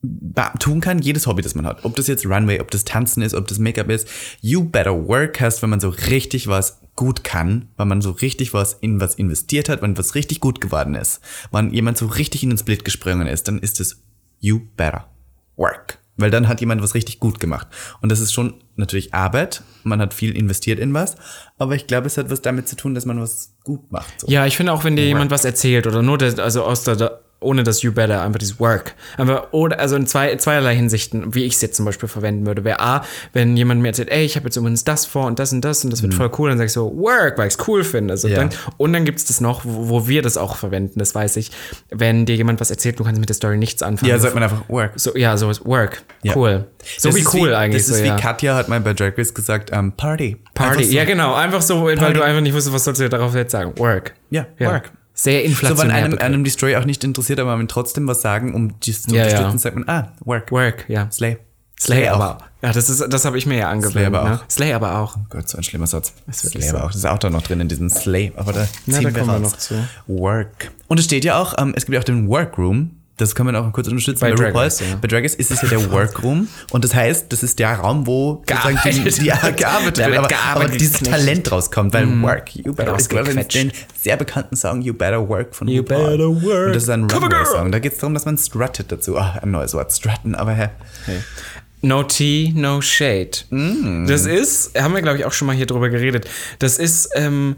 Speaker 2: ba- tun kann, jedes Hobby, das man hat. Ob das jetzt Runway, ob das Tanzen ist, ob das Make-up ist. You better work heißt, wenn man so richtig was gut kann, wenn man so richtig was in was investiert hat, wenn was richtig gut geworden ist, wenn jemand so richtig in den Split gesprungen ist, dann ist es you better work. Weil dann hat jemand was richtig gut gemacht. Und das ist schon natürlich Arbeit. Man hat viel investiert in was. Aber ich glaube, es hat was damit zu tun, dass man was gut macht. So.
Speaker 1: Ja, ich finde auch, wenn dir jemand was erzählt oder nur, das, also aus der- der, ohne das You Better, einfach dieses Work. Aber, oder, also in zwei, zweierlei Hinsichten, wie ich es jetzt zum Beispiel verwenden würde, wäre A, wenn jemand mir erzählt, ey, ich habe jetzt übrigens das vor und das und das und das wird voll cool, dann sag ich so, Work, weil ich es cool finde. Also
Speaker 2: Mhm. Ja.
Speaker 1: dann, und dann gibt's das noch, wo, wo wir das auch verwenden, das weiß ich. Wenn dir jemand was erzählt, du kannst mit der Story nichts anfangen.
Speaker 2: Ja, sagt man einfach work.
Speaker 1: so, ja, so ist Work.
Speaker 2: Ja.
Speaker 1: Cool. So
Speaker 2: Das
Speaker 1: wie
Speaker 2: ist
Speaker 1: cool eigentlich.
Speaker 2: Das ist
Speaker 1: so,
Speaker 2: wie
Speaker 1: ja.
Speaker 2: Katja hat mal bei Drag Race gesagt, ähm, Party.
Speaker 1: Party.
Speaker 2: Einfach So,
Speaker 1: Ja, genau. Einfach so, weil du einfach nicht wusstest, was sollst du darauf jetzt sagen. Work.
Speaker 2: Ja, work.
Speaker 1: Sehr
Speaker 2: So, wenn
Speaker 1: inflationär.
Speaker 2: einem,
Speaker 1: Begriff.
Speaker 2: einem die Story auch nicht interessiert, aber man trotzdem was sagen, um dies zu
Speaker 1: Ja,
Speaker 2: unterstützen,
Speaker 1: ja.
Speaker 2: sagt man, ah, work.
Speaker 1: Work, ja.
Speaker 2: Slay.
Speaker 1: Slay
Speaker 2: auch.
Speaker 1: aber. Ja, das ist, das habe ich mir ja angewöhnt.
Speaker 2: aber
Speaker 1: ne?
Speaker 2: auch.
Speaker 1: Slay aber auch.
Speaker 2: Oh Gott, so ein schlimmer Satz.
Speaker 1: ist wirklich
Speaker 2: Slay aber
Speaker 1: so.
Speaker 2: auch. Das ist auch da noch drin in diesem Slay. Aber da ziehen
Speaker 1: da
Speaker 2: wir
Speaker 1: kommen wir
Speaker 2: raus.
Speaker 1: noch zu.
Speaker 2: Work. Und es steht ja auch, ähm, es gibt ja auch den Workroom. Das kann man auch kurz unterstützen.
Speaker 1: Bei Drag Race,
Speaker 2: RuPaul's.
Speaker 1: ja.
Speaker 2: Bei Drag Race ist es ja der Workroom. Und das heißt, das ist der Raum, wo sozusagen
Speaker 1: Gearbeitet
Speaker 2: die, die
Speaker 1: wird.
Speaker 2: gearbeitet
Speaker 1: Da
Speaker 2: wird.
Speaker 1: wird
Speaker 2: Aber, aber
Speaker 1: gearbeitet,
Speaker 2: dieses
Speaker 1: geknechtet.
Speaker 2: Talent rauskommt, weil Work. You better, ich glaube,
Speaker 1: Rausgequetscht.
Speaker 2: den sehr bekannten Song You Better Work von
Speaker 1: You
Speaker 2: RuPaul.
Speaker 1: better work.
Speaker 2: Und das ist ein
Speaker 1: Cover girl.
Speaker 2: Runway-Song. Da geht es darum, dass man struttet dazu. Ah, ein neues Wort, strutten. Aber hey,
Speaker 1: No Tea, No Shade. Das ist, haben wir glaube ich auch schon mal hier drüber geredet. Das ist, ähm,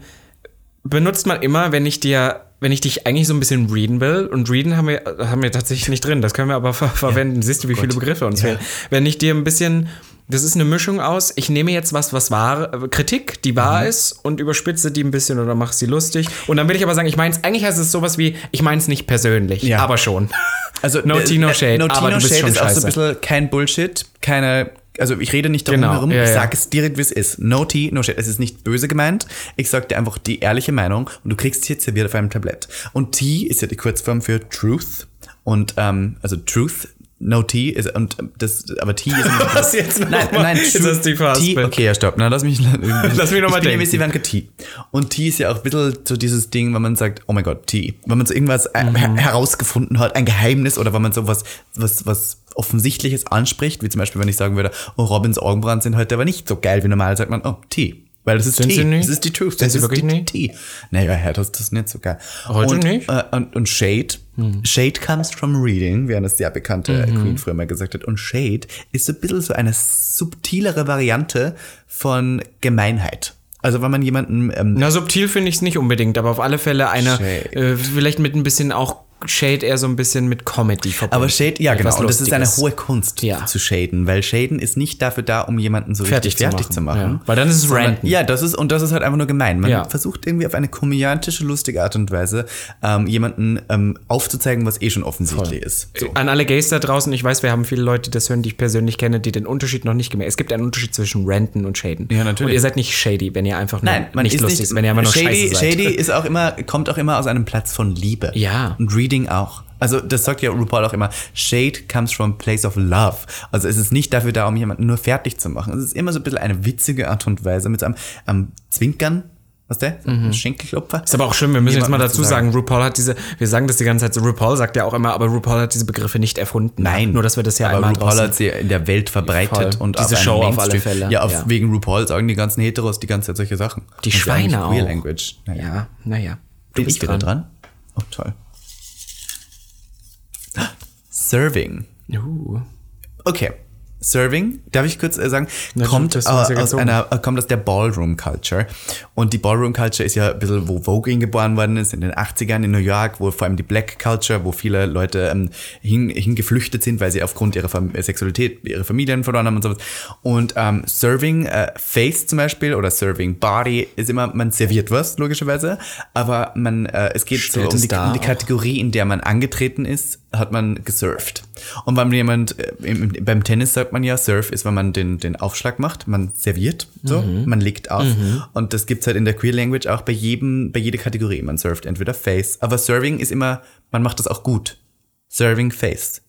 Speaker 1: benutzt man immer, wenn ich dir, wenn ich dich eigentlich so ein bisschen reden will. Und reden haben wir, haben wir tatsächlich nicht drin. Das können wir aber ver verwenden. Siehst du, wie viele Begriffe uns fehlen. Wenn ich dir ein bisschen, das ist eine Mischung aus, ich nehme jetzt was, was war, äh, Kritik, die wahr ist und überspitze die ein bisschen oder mache sie lustig. Und dann will ich aber sagen, ich meine es, eigentlich heißt es sowas wie, ich meine es nicht persönlich,
Speaker 2: Ja.
Speaker 1: aber schon.
Speaker 2: Also
Speaker 1: No
Speaker 2: äh,
Speaker 1: Tea, No
Speaker 2: äh,
Speaker 1: Shade, Ah,
Speaker 2: No
Speaker 1: aber
Speaker 2: Tea,
Speaker 1: du
Speaker 2: No
Speaker 1: bist
Speaker 2: Shade
Speaker 1: schon
Speaker 2: ist auch so ein
Speaker 1: scheiße.
Speaker 2: bisschen kein Bullshit, keine. Also ich rede nicht darum
Speaker 1: Genau,
Speaker 2: herum,
Speaker 1: ja,
Speaker 2: ich
Speaker 1: ja.
Speaker 2: sage es direkt, wie es ist. No Tea, No Shade. Es ist nicht böse gemeint. Ich sage dir einfach die ehrliche Meinung und du kriegst sie jetzt serviert auf einem Tablett. Und Tea ist ja die Kurzform für Truth und ähm, also Truth. No Tea ist und ähm, das aber Tea ist nicht
Speaker 1: Was jetzt noch
Speaker 2: Nein,
Speaker 1: mal?
Speaker 2: nein,
Speaker 1: Jetzt
Speaker 2: Truth-
Speaker 1: hast du die verhaspelt.
Speaker 2: Tea, okay, ja, stopp. Na, lass mich
Speaker 1: Lass mich noch mal
Speaker 2: ich bin ja
Speaker 1: denken.
Speaker 2: Miss Ivanka T. Und T ist ja auch ein bisschen so dieses Ding, wenn man sagt, oh mein Gott, T. Wenn man so irgendwas
Speaker 1: Mhm.
Speaker 2: äh, her- herausgefunden hat, ein Geheimnis oder wenn man so was, was, was Offensichtliches anspricht, wie zum Beispiel, wenn ich sagen würde, oh, Robins Augenbrauen sind heute aber nicht so geil wie normal, sagt man, oh, T. Weil das ist
Speaker 1: Sind
Speaker 2: T.
Speaker 1: sie nicht?
Speaker 2: Das ist die Truth.
Speaker 1: Sind
Speaker 2: das
Speaker 1: sie
Speaker 2: ist
Speaker 1: wirklich
Speaker 2: die
Speaker 1: nicht?
Speaker 2: T. Naja, heute ist das nicht so geil.
Speaker 1: Heute
Speaker 2: und,
Speaker 1: nicht? Hm.
Speaker 2: Äh, und, und Shade. Shade comes from reading, wie eine sehr bekannte
Speaker 1: Mhm.
Speaker 2: Queen früher mal gesagt hat. Und Shade ist so ein bisschen so eine subtilere Variante von Gemeinheit. Also wenn man jemanden ähm,
Speaker 1: Na, subtil finde ich es nicht unbedingt, aber auf alle Fälle eine,
Speaker 2: Shade.
Speaker 1: äh, vielleicht mit ein bisschen auch Shade eher so ein bisschen mit Comedy verbunden.
Speaker 2: aber Shade, ja genau,
Speaker 1: Etwas
Speaker 2: und das ist eine
Speaker 1: Lustiges.
Speaker 2: hohe Kunst
Speaker 1: Ja.
Speaker 2: zu shaden, weil Shaden ist nicht dafür da, um jemanden so
Speaker 1: Fertig
Speaker 2: richtig
Speaker 1: zu
Speaker 2: fertig
Speaker 1: machen,
Speaker 2: zu machen.
Speaker 1: ja. Weil dann ist es
Speaker 2: Sondern-
Speaker 1: ranten.
Speaker 2: Ja, das ist, und das ist halt einfach nur gemein. Man
Speaker 1: Ja.
Speaker 2: versucht irgendwie auf eine komödiantische, lustige Art und Weise ähm, jemanden ähm, aufzuzeigen, was eh schon offensichtlich ist. So.
Speaker 1: An alle Gays da draußen, ich weiß, wir haben viele Leute, die das hören, die ich persönlich kenne, die den Unterschied noch nicht gemerkt Es gibt einen Unterschied zwischen Renten und Shaden.
Speaker 2: Ja, natürlich.
Speaker 1: Und ihr seid nicht shady, wenn ihr einfach nur
Speaker 2: Nein, man
Speaker 1: nicht
Speaker 2: ist
Speaker 1: lustig
Speaker 2: nicht,
Speaker 1: wenn ihr einfach nur
Speaker 2: shady,
Speaker 1: scheiße seid.
Speaker 2: shady ist auch immer, kommt auch immer aus einem Platz von Liebe.
Speaker 1: Ja.
Speaker 2: Und Reading auch. Also das sagt ja RuPaul auch immer, Shade comes from place of love. Also es ist nicht dafür da, um jemanden nur fertig zu machen. Es ist immer so ein bisschen eine witzige Art und Weise mit so einem, einem Zwinkern, was der? Schenkelklopfer.
Speaker 1: Mhm. Ist aber auch schlimm, wir müssen jetzt mal
Speaker 2: Jemandem
Speaker 1: dazu
Speaker 2: zu
Speaker 1: sagen, RuPaul hat diese, wir sagen das die ganze Zeit so, RuPaul sagt ja auch immer, aber RuPaul hat diese Begriffe nicht erfunden.
Speaker 2: Nein.
Speaker 1: Nur, dass wir das ja
Speaker 2: aber
Speaker 1: einmal
Speaker 2: RuPaul
Speaker 1: draußen-
Speaker 2: hat sie in der Welt verbreitet
Speaker 1: Voll.
Speaker 2: und
Speaker 1: Diese
Speaker 2: auf einen
Speaker 1: Show auf alle
Speaker 2: Mainstream-
Speaker 1: Fälle.
Speaker 2: Ja, auf,
Speaker 1: Ja.
Speaker 2: wegen RuPaul sagen die ganzen Heteros die ganze Zeit solche
Speaker 1: Die
Speaker 2: Sachen. Und sie haben nicht
Speaker 1: Schweine
Speaker 2: Queer
Speaker 1: auch.
Speaker 2: Language. Naja.
Speaker 1: Ja, naja. Du
Speaker 2: Bin
Speaker 1: bist
Speaker 2: ich wieder dran? Oh, toll. Serving.
Speaker 1: Uh.
Speaker 2: Okay. Serving, darf ich kurz äh, sagen,
Speaker 1: Na,
Speaker 2: kommt,
Speaker 1: das
Speaker 2: äh,
Speaker 1: hast du uns ja
Speaker 2: aus
Speaker 1: gezogen.
Speaker 2: einer, äh, kommt aus der Ballroom-Culture. Und die Ballroom-Culture ist ja ein bisschen, wo Voguing geboren worden ist, in den 80ern in New York, wo vor allem die Black-Culture, wo viele Leute ähm, hin, hingeflüchtet sind, weil sie aufgrund ihrer Fam äh, Sexualität ihre Familien verloren haben und sowas. Und ähm, Serving äh, Face zum Beispiel oder Serving Body ist immer, man serviert was, logischerweise, aber man, äh, es geht so
Speaker 1: Stellt
Speaker 2: um
Speaker 1: es
Speaker 2: die,
Speaker 1: dar
Speaker 2: um die
Speaker 1: auch.
Speaker 2: Kategorie, in der man angetreten ist, hat man gesurft. Und wenn jemand, äh, im, im- beim Tennis sagt man ja, Surf ist, wenn man den, den Aufschlag macht, man serviert, so,
Speaker 1: Mhm.
Speaker 2: man legt auf. Und das gibt's halt in der Queer Language auch bei jedem, bei jeder Kategorie. Man surft entweder Face, aber Serving ist immer, man macht das auch gut. Serving Face.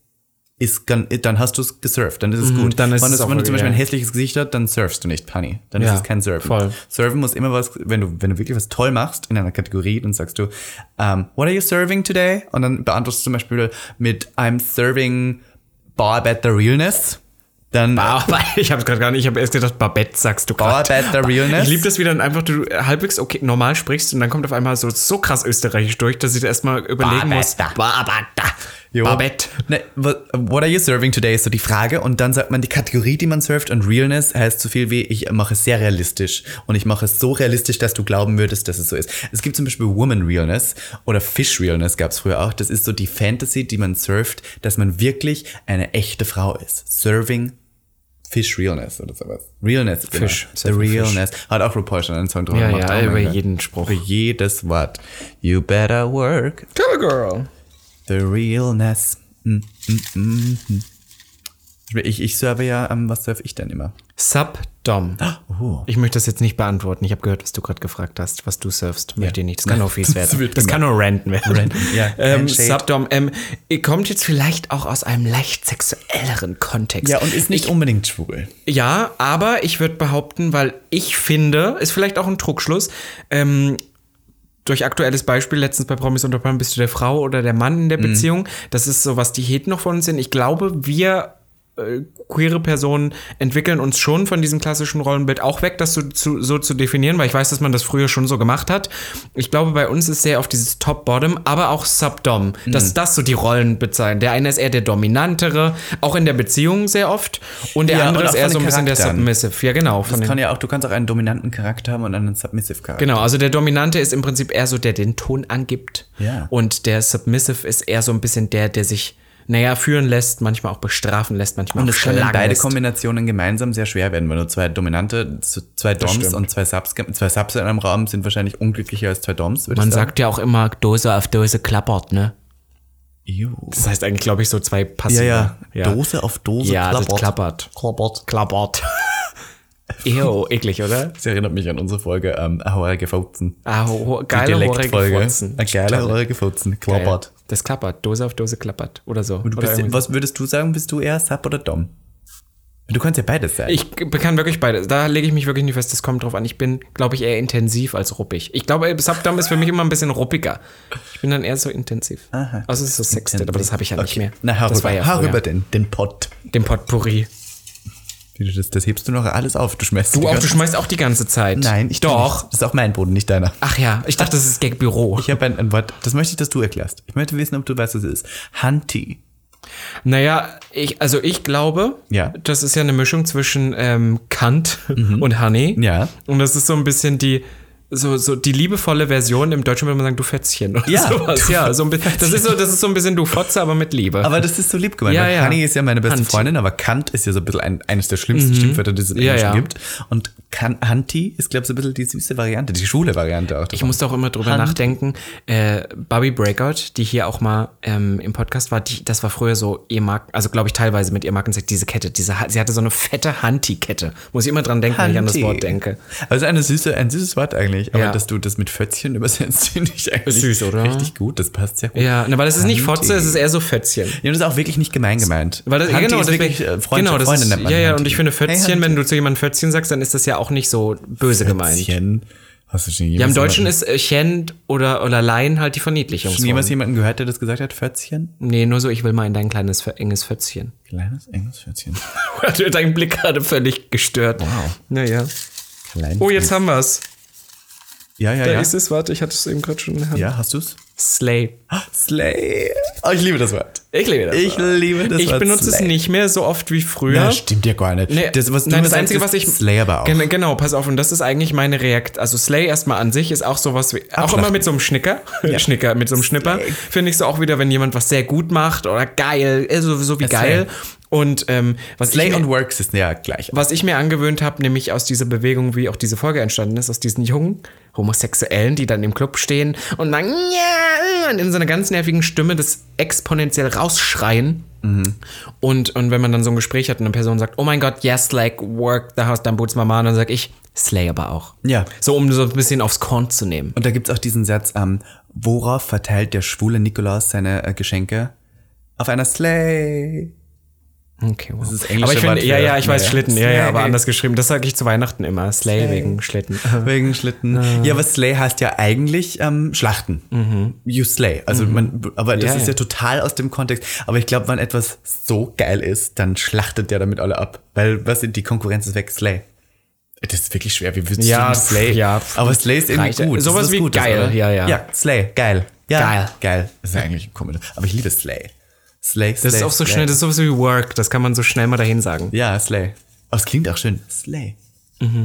Speaker 2: Ist, gan- dann hast du es gesurft, dann ist es gut.
Speaker 1: Mhm, dann ist
Speaker 2: wenn
Speaker 1: es
Speaker 2: du,
Speaker 1: auch
Speaker 2: wenn du zum
Speaker 1: okay,
Speaker 2: Beispiel ein
Speaker 1: ja.
Speaker 2: hässliches Gesicht hast, dann surfst du nicht, Pani. Dann
Speaker 1: Ja,
Speaker 2: ist es kein Surfen.
Speaker 1: voll.
Speaker 2: Serven muss immer was, wenn du, wenn du wirklich was toll machst in einer Kategorie, dann sagst du, ähm, what are you serving today? Und dann beantwortest du zum Beispiel mit, I'm serving Bar Better Realness. Dann
Speaker 1: Ah,
Speaker 2: äh,
Speaker 1: ich habe gerade gar nicht, ich habe erst gedacht, Babette sagst du
Speaker 2: Bar
Speaker 1: gerade.
Speaker 2: Better Realness.
Speaker 1: Ich liebe das, wie dann einfach du halbwegs okay, normal sprichst und dann kommt auf einmal so, so krass österreichisch durch, dass ich da erstmal überlegen muss.
Speaker 2: Babette.
Speaker 1: Babette.
Speaker 2: Jo.
Speaker 1: Babette.
Speaker 2: Ne, what, what are you serving today ist so die Frage. Und dann sagt man die Kategorie, die man surft. Und Realness heißt so viel wie, ich mache es sehr realistisch. Und ich mache es so realistisch, dass du glauben würdest, dass es so ist. Es gibt zum Beispiel Woman Realness oder Fish Realness gab es früher auch. Das ist so die Fantasy, die man surft, dass man wirklich eine echte Frau ist. Serving Fish Realness oder sowas. Realness. Genau.
Speaker 1: Fisch,
Speaker 2: The
Speaker 1: surfen Fisch.
Speaker 2: Realness. Hat auch RuPaul schon einen Song drüber
Speaker 1: Ja, ja,
Speaker 2: gemacht. Oh mein
Speaker 1: über
Speaker 2: Gott.
Speaker 1: jeden Spruch.
Speaker 2: Über jedes Wort. You better work
Speaker 1: Come girl.
Speaker 2: The Realness. Mm, mm, mm, mm. Ich, ich serve ja, ähm, was surfe ich denn immer?
Speaker 1: Subdom.
Speaker 2: Oh.
Speaker 1: Ich möchte das jetzt nicht beantworten. Ich habe gehört, was du gerade gefragt hast, was du surfst. Möchte ich nicht. Das kann nur fies
Speaker 2: Das
Speaker 1: werden.
Speaker 2: wird
Speaker 1: Das, kann nur ranten werden.
Speaker 2: ja.
Speaker 1: ähm,
Speaker 2: Kein Shade.
Speaker 1: Subdom. Ähm, ihr kommt jetzt vielleicht auch aus einem leicht sexuelleren Kontext.
Speaker 2: Ja, und ist nicht unbedingt schwul.
Speaker 1: Ja, aber ich würde behaupten, weil ich finde, ist vielleicht auch ein Trugschluss, ähm, durch aktuelles Beispiel, letztens bei Promis unter Palmen,
Speaker 2: Mhm.
Speaker 1: bist du der Frau oder der Mann in der Beziehung. Das ist so, was die Heten noch von uns sind. Ich glaube, wir äh, queere Personen entwickeln uns schon von diesem klassischen Rollenbild auch weg, das so zu, so zu definieren, weil ich weiß, dass man das früher schon so gemacht hat. Ich glaube, bei uns ist sehr auf dieses Top-Bottom, aber auch Sub-Dom,
Speaker 2: Mhm.
Speaker 1: dass das so die Rollen bezeichnen. Der eine ist eher der Dominantere, auch in der Beziehung sehr oft, und der
Speaker 2: Ja,
Speaker 1: andere
Speaker 2: und auch
Speaker 1: ist eher
Speaker 2: von
Speaker 1: so ein
Speaker 2: den
Speaker 1: bisschen der
Speaker 2: Charakteren.
Speaker 1: Submissive. Ja, genau. Von
Speaker 2: Das
Speaker 1: den,
Speaker 2: kann ja auch, du kannst auch einen dominanten Charakter haben und einen submissive Charakter.
Speaker 1: genau, also der Dominante ist im Prinzip eher so, der den Ton angibt.
Speaker 2: Ja.
Speaker 1: Und der Submissive ist eher so ein bisschen der, der sich, naja, führen lässt, manchmal auch bestrafen lässt, manchmal
Speaker 2: Und
Speaker 1: auch
Speaker 2: es können
Speaker 1: schlagen
Speaker 2: beide
Speaker 1: lässt.
Speaker 2: Kombinationen gemeinsam sehr schwer werden, weil nur zwei Dominante, z- zwei Doms
Speaker 1: stimmt.
Speaker 2: und zwei Subs, ge- zwei Subs in einem Raum sind wahrscheinlich unglücklicher als zwei Doms, würde
Speaker 1: Man
Speaker 2: ich sagen.
Speaker 1: sagt ja auch immer, Dose auf Dose klappert, ne?
Speaker 2: Ew.
Speaker 1: Das heißt eigentlich, glaube ich, so zwei
Speaker 2: Ja,
Speaker 1: passive.
Speaker 2: ja, Dose auf Dose
Speaker 1: Ja, das
Speaker 2: klappert.
Speaker 1: klappert. Klappert. Klappert. Ew, eklig, oder?
Speaker 2: Das erinnert mich an unsere Folge ähm, Haare gefurzen.
Speaker 1: Ah, ho- ho- geile horrige Fotzen.
Speaker 2: Eine geile Haare gefurzen. Klappert.
Speaker 1: Geil. Das klappert. Dose auf Dose klappert. Oder so.
Speaker 2: Du
Speaker 1: oder
Speaker 2: bist,
Speaker 1: irgendwie so.
Speaker 2: was würdest du sagen, bist du eher Sub oder Dom? Du kannst ja beides sein.
Speaker 1: ich kann wirklich beides. Da lege ich mich wirklich nicht fest. Das kommt drauf an. Ich bin, glaube ich, eher intensiv als ruppig. Ich glaube, Subdom ist für mich immer ein bisschen ruppiger. Ich bin dann eher so intensiv. Aha. Also es ist so Sextet, aber das habe ich ja nicht mehr.
Speaker 2: Na,
Speaker 1: das
Speaker 2: harüber,
Speaker 1: war ja
Speaker 2: harüber
Speaker 1: früher.
Speaker 2: denn, den Pott.
Speaker 1: Dem Potpourri.
Speaker 2: Das, das hebst du noch alles auf, du schmeißt die
Speaker 1: Du auch,
Speaker 2: ganze-
Speaker 1: du schmeißt auch die ganze Zeit.
Speaker 2: Nein, ich tu
Speaker 1: Doch.
Speaker 2: Nicht. Das ist auch mein Boden, nicht deiner.
Speaker 1: Ach ja, ich dachte, das ist Gagbüro.
Speaker 2: Ich habe ein, ein Wort, das möchte ich, dass du erklärst. Ich möchte wissen, ob du weißt, was es ist. Hunty.
Speaker 1: Naja, ich, also ich glaube,
Speaker 2: Ja. Mhm.
Speaker 1: das ist ja eine Mischung zwischen ähm, Kant und Honey.
Speaker 2: Ja.
Speaker 1: Und das ist so ein bisschen die. So, so die liebevolle Version im Deutschen würde man sagen, du Fätzchen oder
Speaker 2: Ja,
Speaker 1: sowas.
Speaker 2: du
Speaker 1: Ja, so ein bisschen, das ist so, das ist so ein bisschen du Fotze, aber mit Liebe.
Speaker 2: Aber das ist so lieb gemeint.
Speaker 1: Ja,
Speaker 2: weil
Speaker 1: ja.
Speaker 2: Honey ist ja meine beste
Speaker 1: Hunty.
Speaker 2: Freundin, aber Kant ist ja so ein bisschen ein, eines der schlimmsten Schimpfwörter, die es im
Speaker 1: Mhm. Ja,
Speaker 2: Englischen
Speaker 1: ja.
Speaker 2: gibt. Und kan Hunty ist, glaube ich, so ein bisschen die süße Variante, die schwule Variante auch.
Speaker 1: ich musste auch immer drüber
Speaker 2: Hand.
Speaker 1: nachdenken. Äh, Bobby Breakout, die hier auch mal ähm, im Podcast war, die, das war früher so ihr Marken, also glaube ich teilweise mit ihr Markenzeichen, diese Kette, diese, Ha- sie hatte so eine fette Hanti-Kette. Muss ich immer dran denken, wenn ich an das
Speaker 2: Hunty.
Speaker 1: Wort denke.
Speaker 2: Also eine süße, ein süßes Wort eigentlich. Aber
Speaker 1: Ja.
Speaker 2: dass du das mit Fötzchen übersetzt, finde ich eigentlich
Speaker 1: Süß, oder?
Speaker 2: richtig gut. Das passt sehr gut.
Speaker 1: Ja, na, weil das ist nicht Fotze,
Speaker 2: Hunty.
Speaker 1: es ist eher so Fötzchen.
Speaker 2: Ja, das ist auch wirklich nicht gemein gemeint.
Speaker 1: Weil das,
Speaker 2: Hunty
Speaker 1: genau,
Speaker 2: ist
Speaker 1: das
Speaker 2: wirklich
Speaker 1: wär-
Speaker 2: äh, Freund,
Speaker 1: genau, das
Speaker 2: Freunde
Speaker 1: ist,
Speaker 2: nennt man
Speaker 1: Ja, ja,
Speaker 2: Hunty.
Speaker 1: und ich finde
Speaker 2: Hey,
Speaker 1: Fötzchen,
Speaker 2: Hunty.
Speaker 1: wenn du zu jemandem Fötzchen sagst, dann ist das ja auch nicht so böse gemeint.
Speaker 2: Fötzchen. Hast du schon
Speaker 1: Ja, im Deutschen ist äh, Chen oder, oder Laien halt die Verniedlichung.
Speaker 2: Schon jemals jemanden gehört, der das gesagt hat? Fötzchen?
Speaker 1: Nee, nur so, ich will mal in dein kleines, Fö- enges Fötzchen.
Speaker 2: Kleines enges Fötzchen.
Speaker 1: Dein Blick gerade völlig gestört.
Speaker 2: Wow.
Speaker 1: Naja.
Speaker 2: Kleines
Speaker 1: Oh, jetzt haben wir's.
Speaker 2: Ja, ja,
Speaker 1: Da
Speaker 2: ja.
Speaker 1: ist es, warte, ich hatte es eben gerade schon in der Hand.
Speaker 2: Ja, hast du's? Ah,
Speaker 1: Slay.
Speaker 2: Slay. Oh, ich liebe das Wort.
Speaker 1: Ich liebe das.
Speaker 2: Ich liebe das
Speaker 1: Ich
Speaker 2: Wort
Speaker 1: benutze es
Speaker 2: Slay.
Speaker 1: nicht mehr so oft wie früher.
Speaker 2: Ja, stimmt ja gar nicht.
Speaker 1: Nee,
Speaker 2: das, was du
Speaker 1: nein,
Speaker 2: mir
Speaker 1: das
Speaker 2: sagst,
Speaker 1: Einzige,
Speaker 2: ist
Speaker 1: was ich.
Speaker 2: Slay aber auch.
Speaker 1: Gen- Genau, pass auf, und das ist eigentlich meine Reakt. Also Slay erstmal an sich ist auch sowas wie. Auch immer mit so einem Schnicker. Schnicker, mit so einem Schnipper.
Speaker 2: Slay.
Speaker 1: Finde ich so auch wieder, wenn jemand was sehr gut macht oder geil, äh, so, so wie geil. Und ähm, was
Speaker 2: Slay
Speaker 1: ich
Speaker 2: und
Speaker 1: mir,
Speaker 2: Works ist ja gleich.
Speaker 1: was ich mir angewöhnt habe, nämlich aus dieser Bewegung, wie auch diese Folge entstanden ist, aus diesen jungen Homosexuellen, die dann im Club stehen und dann ja, und in so einer ganz nervigen Stimme das exponentiell rausschreien. Und, und wenn man dann so ein Gespräch hat und eine Person sagt, oh mein Gott, yes, like, work the house, dann boots my mom, dann sag ich, slay aber auch.
Speaker 2: Ja.
Speaker 1: So, um so ein bisschen aufs Korn zu nehmen.
Speaker 2: Und da gibt's auch diesen Satz, ähm, worauf verteilt der schwule Nikolaus seine äh, Geschenke? Auf einer Slay.
Speaker 1: Okay, wow.
Speaker 2: ist das englische
Speaker 1: aber ich finde,
Speaker 2: Wort
Speaker 1: ja,
Speaker 2: für-
Speaker 1: ja, ich weiß,
Speaker 2: naja.
Speaker 1: Schlitten, ja, ja, aber
Speaker 2: Slay.
Speaker 1: anders geschrieben. Das sage ich zu Weihnachten immer, slay, wegen Schlitten.
Speaker 2: Wegen Schlitten. Ja, aber Slay heißt ja eigentlich ähm, Schlachten. You slay. Also man, aber das
Speaker 1: Mhm. Ja,
Speaker 2: ist ja
Speaker 1: ja.
Speaker 2: total aus dem Kontext. Aber ich glaube, wenn etwas so geil ist, dann schlachtet der damit alle ab. Weil was die Konkurrenz ist weg, Slay. Das ist wirklich schwer. Wie willst
Speaker 1: Ja,
Speaker 2: du denn Slay?
Speaker 1: pf, ja, pf,
Speaker 2: aber Slay ist irgendwie
Speaker 1: reicht ja.
Speaker 2: gut. Das
Speaker 1: Sowas
Speaker 2: ist was
Speaker 1: wie
Speaker 2: Gutes,
Speaker 1: geil,
Speaker 2: oder?
Speaker 1: ja, ja.
Speaker 2: Ja, Slay, geil. Ja,
Speaker 1: Geil.
Speaker 2: Geil. Das ist ja eigentlich ein komisches. Aber ich liebe Slay. Slay, Slay.
Speaker 1: Das ist auch so
Speaker 2: Slay.
Speaker 1: schnell, das ist sowas wie work, das kann man so schnell mal dahin sagen.
Speaker 2: Ja, Slay. Aber es klingt auch schön. Slay.
Speaker 1: Mhm.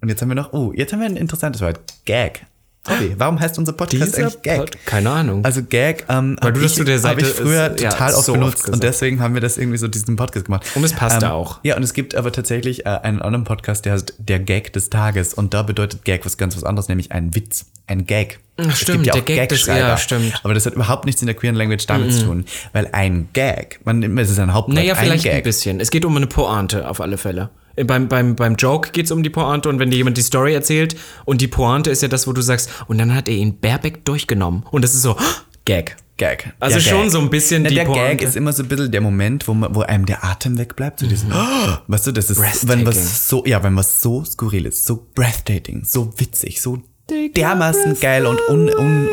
Speaker 2: Und jetzt haben wir noch, oh, jetzt haben wir ein interessantes Wort. Gag. Tobi, warum heißt unser Podcast
Speaker 1: Dieser
Speaker 2: eigentlich Gag?
Speaker 1: Pod- keine Ahnung.
Speaker 2: Also Gag, ähm,
Speaker 1: du das zu der
Speaker 2: habe
Speaker 1: Seite
Speaker 2: ich früher
Speaker 1: ist- ja,
Speaker 2: total oft
Speaker 1: so oft
Speaker 2: benutzt und
Speaker 1: gesagt.
Speaker 2: deswegen haben wir das irgendwie so diesen Podcast gemacht. Ähm,
Speaker 1: Und es passte auch.
Speaker 2: Ja, und es gibt aber tatsächlich äh, einen anderen Podcast, der heißt Der Gag des Tages und da bedeutet Gag was ganz was anderes, nämlich ein Witz, ein Gag. Es
Speaker 1: stimmt,
Speaker 2: gibt
Speaker 1: der Gag des-
Speaker 2: Gagschreiber,
Speaker 1: ja, stimmt. Mhm.
Speaker 2: Aber das hat überhaupt nichts in der queeren Language damit zu tun, weil ein Gag, man nimmt, es ist ein Hauptwort,
Speaker 1: Naja, vielleicht
Speaker 2: ein
Speaker 1: ein,
Speaker 2: Gag.
Speaker 1: bisschen. Es geht um eine Pointe auf alle Fälle. Äh, Beim, beim, beim Joke geht es um die Pointe und wenn dir jemand die Story erzählt und die Pointe ist ja das, wo du sagst, und dann hat er ihn bareback durchgenommen. Und das ist so, Gag.
Speaker 2: Gag.
Speaker 1: Also schon so ein bisschen
Speaker 2: Na,
Speaker 1: die
Speaker 2: Der Gag
Speaker 1: Pointe.
Speaker 2: ist immer so ein bisschen der Moment, wo, man, wo einem der Atem wegbleibt. So dieses, oh, weißt du, das ist, wenn
Speaker 1: Breathtaking.
Speaker 2: was so, ja, wenn was so skurril ist, so breathtaking, so witzig, so dermaßen geil und un, un,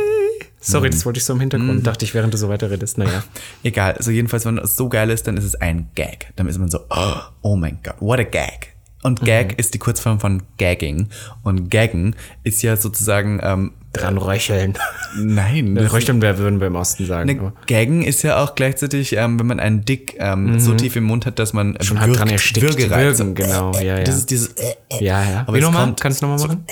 Speaker 1: Sorry, das wollte ich so im Hintergrund.
Speaker 2: Hm.
Speaker 1: Dachte ich, während du so weiterredest. Naja.
Speaker 2: Egal, also jedenfalls, wenn es so geil ist, dann ist es ein Gag. Dann ist man so, oh, oh mein Gott, what a gag.
Speaker 1: Mhm.
Speaker 2: Und Gag ist die Kurzform von Gagging. Und Gaggen ist ja sozusagen, ähm,
Speaker 1: Dran röcheln.
Speaker 2: nein, das ist,
Speaker 1: Röcheln wir würden wir im Osten sagen.
Speaker 2: eine
Speaker 1: aber
Speaker 2: Gaggen ist ja auch gleichzeitig, ähm, wenn man einen Dick ähm, so tief im Mund hat, dass man schon
Speaker 1: halb Mhm. dran erstickt.
Speaker 2: Würgereiz.
Speaker 1: Würgen, genau, ja, ja.
Speaker 2: Das ist dieses, äh,
Speaker 1: ja, ja.
Speaker 2: Aber
Speaker 1: Wie
Speaker 2: es
Speaker 1: nochmal?
Speaker 2: kommt
Speaker 1: Kannst du nochmal machen?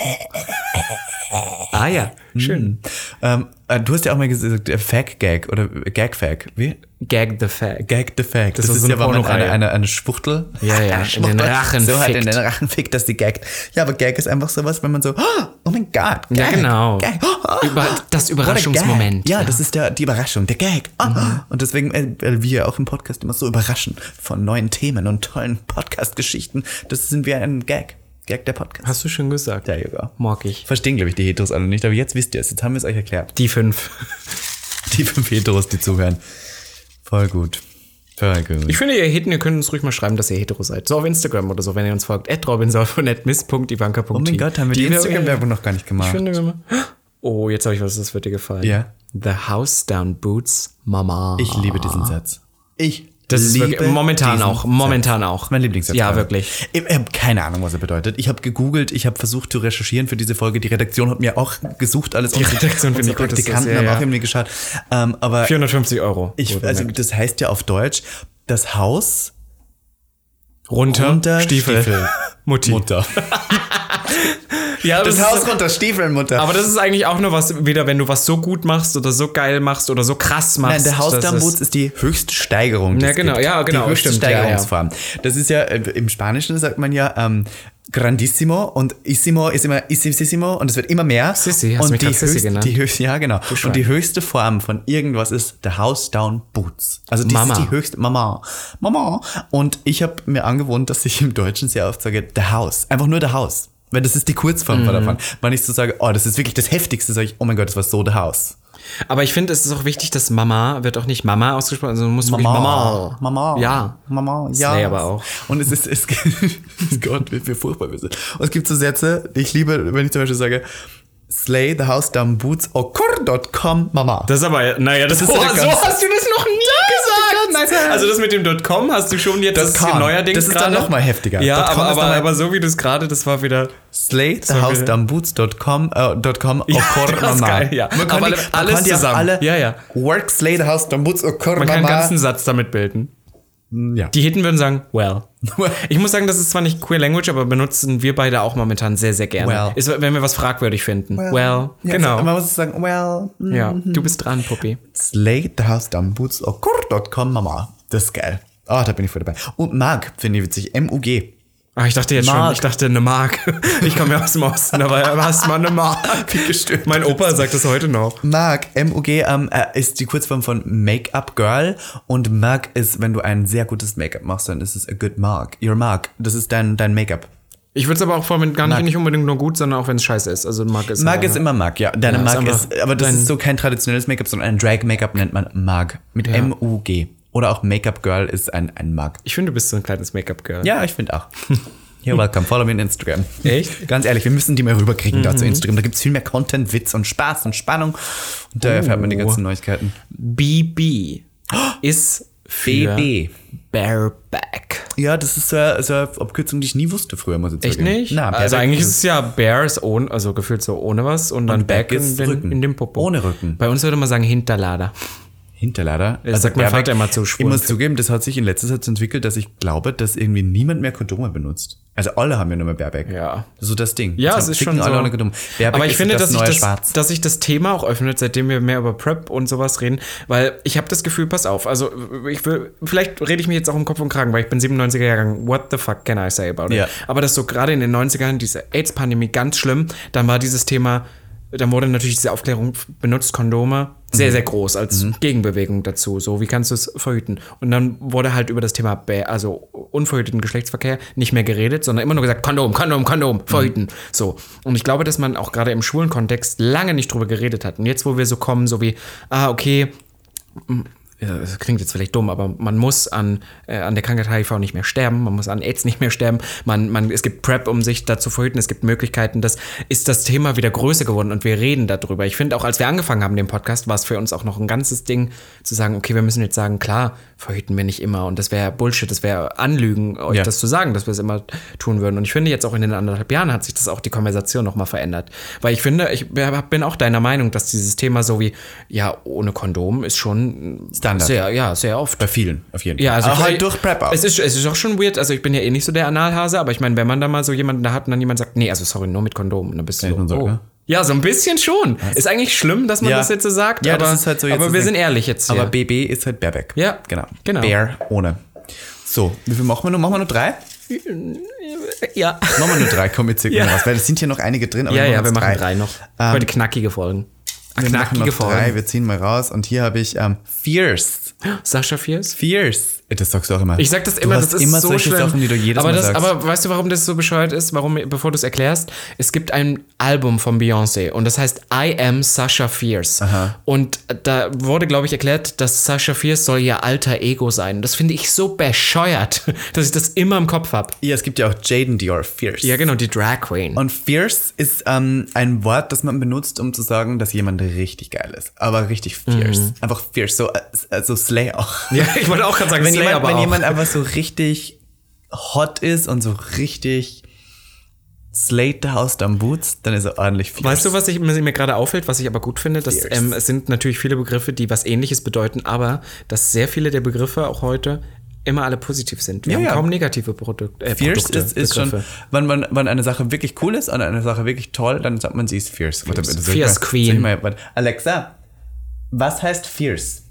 Speaker 1: ah ja,
Speaker 2: Hm.
Speaker 1: schön.
Speaker 2: ähm, äh, du hast ja auch mal gesagt, äh, Fag-Gag oder Gag-Fag. Wie?
Speaker 1: Gag the fag.
Speaker 2: Gag the Fact. Das,
Speaker 1: ist
Speaker 2: ist
Speaker 1: so
Speaker 2: ja,
Speaker 1: eine
Speaker 2: wenn man eine,
Speaker 1: Pornoreihe.
Speaker 2: eine, eine Schwuchtel.
Speaker 1: Ja, ja,
Speaker 2: Eine
Speaker 1: in den Rachen
Speaker 2: So halt in
Speaker 1: fickt.
Speaker 2: den Rachen fickt, dass die gaggt. Ja, aber Gag ist einfach sowas, wenn man so, oh, oh mein Gott. Gag,
Speaker 1: Ja, genau.
Speaker 2: Gag, oh, oh,
Speaker 1: Über- das
Speaker 2: oh, what a Gag.
Speaker 1: Überraschungsmoment,
Speaker 2: Ja,
Speaker 1: ja.
Speaker 2: das ist der, die Überraschung, der Gag. Oh, Und deswegen, äh, weil wir auch im Podcast immer so überraschen von neuen Themen und tollen Podcast-Geschichten. Das sind wir ein Gag. Gag der Podcast.
Speaker 1: Hast du schon gesagt.
Speaker 2: There you go.
Speaker 1: Mag ich.
Speaker 2: Verstehen, glaube ich, die Heteros alle nicht, aber jetzt wisst ihr es. Jetzt haben wir es euch erklärt.
Speaker 1: Die fünf.
Speaker 2: Die fünf Heteros, die zuhören. Voll gut. Voll gut.
Speaker 1: Ich finde, ihr Heten, ihr könnt uns ruhig mal schreiben, dass ihr hetero seid. So auf Instagram oder so, wenn ihr uns folgt. At robinsauf und at miss.ivanka.t.
Speaker 2: Oh mein Gott, haben wir die, Instagram-Werbung noch gar nicht
Speaker 1: Ich
Speaker 2: gemacht.
Speaker 1: finde immer. Oh, jetzt habe ich was, das wird dir gefallen.
Speaker 2: Ja.
Speaker 1: The House Down Boots Mama.
Speaker 2: Ich liebe diesen Satz. Ah. Ich
Speaker 1: das ist
Speaker 2: liebe
Speaker 1: wirklich, momentan
Speaker 2: diesen
Speaker 1: auch, momentan auch.
Speaker 2: Mein Lieblingssatz.
Speaker 1: Ja,
Speaker 2: gerade.
Speaker 1: wirklich.
Speaker 2: Ich, ich habe keine Ahnung, was er bedeutet. Ich habe gegoogelt, ich habe versucht zu recherchieren für diese Folge. Die Redaktion hat mir auch gesucht, alles. Die
Speaker 1: Redaktion finde
Speaker 2: unsere
Speaker 1: ich gut, dass das-
Speaker 2: Praktikanten
Speaker 1: ja,
Speaker 2: haben
Speaker 1: ja.
Speaker 2: auch irgendwie geschaut. Ähm, aber
Speaker 1: 450 Euro. ne?
Speaker 2: ich,
Speaker 1: Wurde
Speaker 2: also,
Speaker 1: mir-
Speaker 2: das heißt ja auf Deutsch, das Haus
Speaker 1: runter,
Speaker 2: runter
Speaker 1: Stiefel. Mutti.
Speaker 2: Mutter.
Speaker 1: Ja,
Speaker 2: Das,
Speaker 1: ist-
Speaker 2: Haus runter Stiefel, Mutter.
Speaker 1: Aber das ist eigentlich auch nur was, wieder wenn du was so gut machst oder so geil machst oder so krass
Speaker 2: Nein,
Speaker 1: machst.
Speaker 2: der
Speaker 1: das
Speaker 2: Hausdambutz
Speaker 1: ist-
Speaker 2: ist, die höchste Steigerung. die
Speaker 1: Ja,
Speaker 2: es
Speaker 1: genau,
Speaker 2: gibt.
Speaker 1: ja, genau,
Speaker 2: Die höchste
Speaker 1: stimmt, ja,
Speaker 2: Steigerungsform. Das ist ja, äh, im Spanischen sagt man ja, ähm, grandissimo und issimo ist immer ississimo und es wird immer mehr.
Speaker 1: Sissi, hast
Speaker 2: und
Speaker 1: du mich
Speaker 2: die
Speaker 1: grad Sissi
Speaker 2: höchste,
Speaker 1: genannt?
Speaker 2: die höchste, ja, genau.
Speaker 1: Schwein.
Speaker 2: Und die höchste Form von irgendwas ist der House Down Boots. Also die
Speaker 1: Mama.
Speaker 2: ist die höchste, Mama, Mama. Und ich habe mir angewohnt, dass ich im Deutschen sehr oft sage, der Haus, einfach nur der Haus. Weil das ist die Kurzform
Speaker 1: Mhm.
Speaker 2: von davon. Wenn ich so sage, oh, das ist wirklich das Heftigste, sage ich, oh mein Gott, das war so der Haus.
Speaker 1: Aber ich finde, es ist auch wichtig, dass Mama wird auch nicht Mama ausgesprochen, sondern muss wirklich
Speaker 2: Mama.
Speaker 1: Mama.
Speaker 2: Mama.
Speaker 1: Ja.
Speaker 2: Mama, ja.
Speaker 1: Slay aber auch.
Speaker 2: Und es ist, es gibt, Gott, wie, wie furchtbar wir sind. Und es gibt so Sätze, die ich liebe, wenn ich zum Beispiel sage, Slay the house down boots okor.com Mama.
Speaker 1: Das ist aber, naja, das,
Speaker 2: ist
Speaker 1: ist
Speaker 2: der
Speaker 1: so
Speaker 2: ganze-
Speaker 1: hast du das noch nie gesagt. Nein, also das mit dem .com hast du schon jetzt das,
Speaker 2: .com.
Speaker 1: neuerdings
Speaker 2: Das ist dann
Speaker 1: gerade.
Speaker 2: noch mal heftiger.
Speaker 1: Ja,
Speaker 2: .com
Speaker 1: aber,
Speaker 2: ist noch
Speaker 1: aber,
Speaker 2: mal-
Speaker 1: aber so wie du es gerade, das war wieder.
Speaker 2: Slay the
Speaker 1: war
Speaker 2: house
Speaker 1: wieder-
Speaker 2: down boots.com äh, dot com okor
Speaker 1: das ist
Speaker 2: Mama.
Speaker 1: geil, ja.
Speaker 2: Man kann
Speaker 1: Aber
Speaker 2: die,
Speaker 1: alle-
Speaker 2: man
Speaker 1: alles
Speaker 2: kann die auch
Speaker 1: zusammen.
Speaker 2: Alle
Speaker 1: Ja, ja.
Speaker 2: Work slay the house down boots okor
Speaker 1: Man kann einen
Speaker 2: Mama.
Speaker 1: ganzen Satz damit bilden.
Speaker 2: ja.
Speaker 1: Die Hitten würden sagen, well. Ich muss sagen, das ist zwar nicht Queer Language, aber benutzen wir beide auch momentan sehr, sehr gerne.
Speaker 2: Well.
Speaker 1: Ist, wenn wir was fragwürdig finden. Well,
Speaker 2: Ja,
Speaker 1: genau.
Speaker 2: Man muss sagen, well. mm.
Speaker 1: ja, du bist dran, Puppi.
Speaker 2: Slay the House Down Boots or kur.com Mama. Das ist geil. Ah, da bin ich voll dabei. Und Mark finde ich witzig. M-U-G.
Speaker 1: Ah, ich dachte jetzt schon,
Speaker 2: Mark.
Speaker 1: ich dachte eine Mark. Ich komme ja aus dem Osten, aber hast mal eine Mark.
Speaker 2: Wie gestört.
Speaker 1: Mein Opa sagt das heute noch.
Speaker 2: Mark, M-U-G, ähm, äh, ist die Kurzform von Make-up Girl. Und Mark ist, wenn du ein sehr gutes Make-up machst, dann ist es a good Mark. Your Mark. Das ist dein, dein Make-up.
Speaker 1: Ich würde es aber auch vor allem gar nicht, nicht unbedingt nur gut, sondern auch wenn es scheiße ist. Also Mark ist.
Speaker 2: Mark ist immer Mark, ja.
Speaker 1: Ja,
Speaker 2: Deine
Speaker 1: ist
Speaker 2: Mark
Speaker 1: einfach
Speaker 2: ist, aber das
Speaker 1: dein-
Speaker 2: ist so kein traditionelles Make-up, sondern ein Drag-Make-up nennt man Mark. Mit M-U-G. Oder auch Make-up Girl ist ein, ein Mark.
Speaker 1: Ich finde, du bist so ein kleines Make-up-Girl.
Speaker 2: Ja, ich finde auch. You're welcome. Follow me on Instagram.
Speaker 1: Echt?
Speaker 2: Ganz ehrlich, wir müssen die mal rüberkriegen da zu Instagram. Da gibt es viel mehr Content, Witz und Spaß und Spannung. Und da erfährt man die ganzen Neuigkeiten.
Speaker 1: BB ist für
Speaker 2: BB.
Speaker 1: Bareback.
Speaker 2: Ja, das ist so eine, so eine Abkürzung, die ich nie wusste früher, muss ich
Speaker 1: Echt nicht?
Speaker 2: Na,
Speaker 1: also eigentlich ist es ja Bears ohne, also gefühlt so ohne was und dann
Speaker 2: Back
Speaker 1: Back,
Speaker 2: ist
Speaker 1: in, den,
Speaker 2: Rücken.
Speaker 1: in dem Popo.
Speaker 2: Ohne Rücken.
Speaker 1: Bei uns würde man sagen Hinterlader.
Speaker 2: Hinterlader. Das
Speaker 1: sagt mein Vater immer zu
Speaker 2: Ich
Speaker 1: schwulen
Speaker 2: muss zugeben, das hat sich in letzter Zeit so entwickelt, dass ich glaube, dass irgendwie niemand mehr Kondome benutzt. Also alle haben ja nur mehr Baerbeck.
Speaker 1: Ja.
Speaker 2: So das Ding.
Speaker 1: Ja,
Speaker 2: Jetzt
Speaker 1: es ist
Speaker 2: ficken
Speaker 1: schon so.
Speaker 2: alle ohne Kondom. Baerbeck
Speaker 1: aber ich
Speaker 2: ist
Speaker 1: finde,
Speaker 2: das
Speaker 1: dass,
Speaker 2: neue
Speaker 1: sich das,
Speaker 2: Schwarz.
Speaker 1: dass sich das Thema auch öffnet, seitdem wir mehr über Prep und sowas reden, weil ich habe das Gefühl, pass auf, also ich will, vielleicht rede ich mich jetzt auch im Kopf und Kragen, weil ich bin 97er Jahrgang, what the fuck can I say about it?
Speaker 2: Ja.
Speaker 1: Aber das so gerade in den 90ern, diese AIDS-Pandemie ganz schlimm, dann war dieses Thema, dann wurde natürlich diese Aufklärung benutzt, Kondome, sehr, sehr groß als Gegenbewegung dazu. So, wie kannst du es verhüten? Und dann wurde halt über das Thema, Bä- also unverhüteten Geschlechtsverkehr, nicht mehr geredet, sondern immer nur gesagt, Kondom, Kondom, Kondom, verhüten. So. Und ich glaube, dass man auch gerade im schwulen Kontext lange nicht drüber geredet hat. Und jetzt, wo wir so kommen, so wie, ah, okay, ja, das klingt jetzt vielleicht dumm, aber man muss an, äh, an der Krankheit HIV nicht mehr sterben, man muss an AIDS nicht mehr sterben, man, man, es gibt PrEP, um sich dazu verhüten, es gibt Möglichkeiten, das ist das Thema wieder größer geworden und wir reden darüber. Ich finde auch, als wir angefangen haben, den Podcast, war es für uns auch noch ein ganzes Ding zu sagen, okay, wir müssen jetzt sagen, klar, verhüten wir nicht immer und das wäre Bullshit, das wäre Anlügen, euch
Speaker 2: Ja.
Speaker 1: das zu sagen, dass wir es immer tun würden. Und ich finde jetzt auch in den anderthalb Jahren hat sich das auch die Konversation nochmal verändert. Weil ich finde, ich bin auch deiner Meinung, dass dieses Thema so wie, ja, ohne Kondom ist schon
Speaker 2: Standard.
Speaker 1: Sehr, ja, sehr oft.
Speaker 2: Bei vielen, auf jeden Fall.
Speaker 1: Ja, also
Speaker 2: auch
Speaker 1: ich-
Speaker 2: halt durch Prep auch.
Speaker 1: Es ist, es ist auch schon weird. Also ich bin ja eh nicht so der Analhase, aber ich meine, wenn man da mal so jemanden da hat und dann jemand sagt, nee, also sorry, nur mit Kondom, und dann bist du so,
Speaker 2: man sagen,
Speaker 1: oh.
Speaker 2: ne?
Speaker 1: Ja, so ein bisschen schon. Ist eigentlich schlimm, dass man
Speaker 2: Ja.
Speaker 1: das jetzt so sagt,
Speaker 2: Ja,
Speaker 1: aber,
Speaker 2: das ist halt so jetzt
Speaker 1: aber
Speaker 2: das
Speaker 1: wir
Speaker 2: Ding.
Speaker 1: sind ehrlich jetzt hier.
Speaker 2: Aber BB ist halt Baerbeck.
Speaker 1: Ja,
Speaker 2: Genau.
Speaker 1: genau.
Speaker 2: Bär ohne. So, wie viel machen wir noch? Machen wir nur drei?
Speaker 1: ja.
Speaker 2: Machen wir nur drei, komm jetzt circa
Speaker 1: Ja.
Speaker 2: raus. Weil es sind hier noch einige drin. Aber
Speaker 1: Ja, ja, wir
Speaker 2: jetzt
Speaker 1: machen drei, noch.
Speaker 2: Ähm,
Speaker 1: Heute knackige Folgen.
Speaker 2: Wir machen
Speaker 1: Knackige
Speaker 2: noch drei,
Speaker 1: Folgen.
Speaker 2: wir ziehen mal raus. Und hier habe ich ähm, Fierce.
Speaker 1: Sascha Fierce?
Speaker 2: Fierce. Das sagst du auch immer.
Speaker 1: Ich sag das
Speaker 2: Du
Speaker 1: immer,
Speaker 2: hast
Speaker 1: das ist
Speaker 2: immer
Speaker 1: so
Speaker 2: solche
Speaker 1: schlimm.
Speaker 2: Sachen, die du jedes
Speaker 1: aber
Speaker 2: Mal
Speaker 1: das,
Speaker 2: sagst.
Speaker 1: Aber weißt du, warum das so bescheuert ist? Warum, bevor du es erklärst? Es gibt ein Album von Beyoncé und das heißt I Am Sasha Fierce. Und da wurde, glaube ich, erklärt, dass Sasha Fierce soll ihr alter Ego sein. Das finde ich so bescheuert, dass ich das immer im Kopf habe.
Speaker 2: ja, es gibt ja auch Jaden Dior Fierce.
Speaker 1: Ja, genau, die Drag Queen.
Speaker 2: Und fierce ist ähm, ein Wort, das man benutzt, um zu sagen, dass jemand richtig geil ist. Aber richtig fierce. Einfach fierce. So, äh, äh, so Slay auch.
Speaker 1: Mhm. ja, ich wollte auch gerade sagen,
Speaker 2: wenn
Speaker 1: Slay,
Speaker 2: jemand,
Speaker 1: aber
Speaker 2: wenn
Speaker 1: auch.
Speaker 2: jemand einfach so richtig hot ist und so richtig slayed aus dem Boots, dann ist er ordentlich fierce.
Speaker 1: Weißt du, was ich, mir mir gerade auffällt, was ich aber gut finde? Dass,
Speaker 2: Fierce.
Speaker 1: ähm, es sind natürlich viele Begriffe, die was Ähnliches bedeuten, aber dass sehr viele der Begriffe auch heute immer alle positiv sind. Wir
Speaker 2: Ja,
Speaker 1: haben
Speaker 2: ja.
Speaker 1: kaum negative Produkt, äh,
Speaker 2: Fierce
Speaker 1: Produkte.
Speaker 2: ist, ist
Speaker 1: Begriffe.
Speaker 2: schon, wenn, wenn, wenn eine Sache wirklich cool ist und eine Sache wirklich toll, dann sagt man, sie ist fierce. Warte,
Speaker 1: Fierce.
Speaker 2: das soll ich
Speaker 1: Fierce
Speaker 2: mal-
Speaker 1: Queen.
Speaker 2: soll ich Mal, warte. Alexa, was heißt fierce?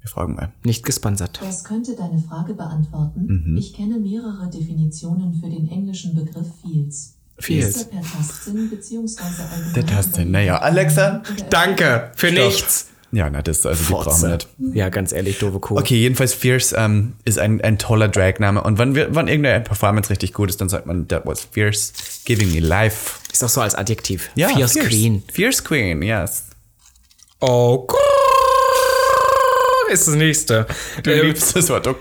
Speaker 2: Wir fragen mal.
Speaker 1: nicht gesponsert.
Speaker 3: Das könnte deine Frage beantworten.
Speaker 2: Mhm.
Speaker 3: Ich kenne mehrere Definitionen für den englischen Begriff Fields.
Speaker 1: Feels.
Speaker 3: Ist er per Tastsinn beziehungsweise allgemein
Speaker 2: Der Tastsinn, naja. Alexa,
Speaker 3: oder-
Speaker 1: Danke für
Speaker 2: Stopp.
Speaker 1: nichts.
Speaker 2: Ja, na, das, also die
Speaker 1: Fotze.
Speaker 2: brauchen wir nicht.
Speaker 1: Ja, ganz ehrlich, doofe Kuh.
Speaker 2: Okay, jedenfalls Fierce ähm, ist ein, ein toller Dragname. Und wenn, wir, wenn irgendeine Performance richtig gut ist, dann sagt man, that was fierce, giving me life.
Speaker 1: Ist auch so als Adjektiv. Fierce Queen.
Speaker 2: Fierce Queen, yes.
Speaker 1: Oh, ist das nächste.
Speaker 2: Du
Speaker 1: Ähm,
Speaker 2: liebst das Wort. Oh,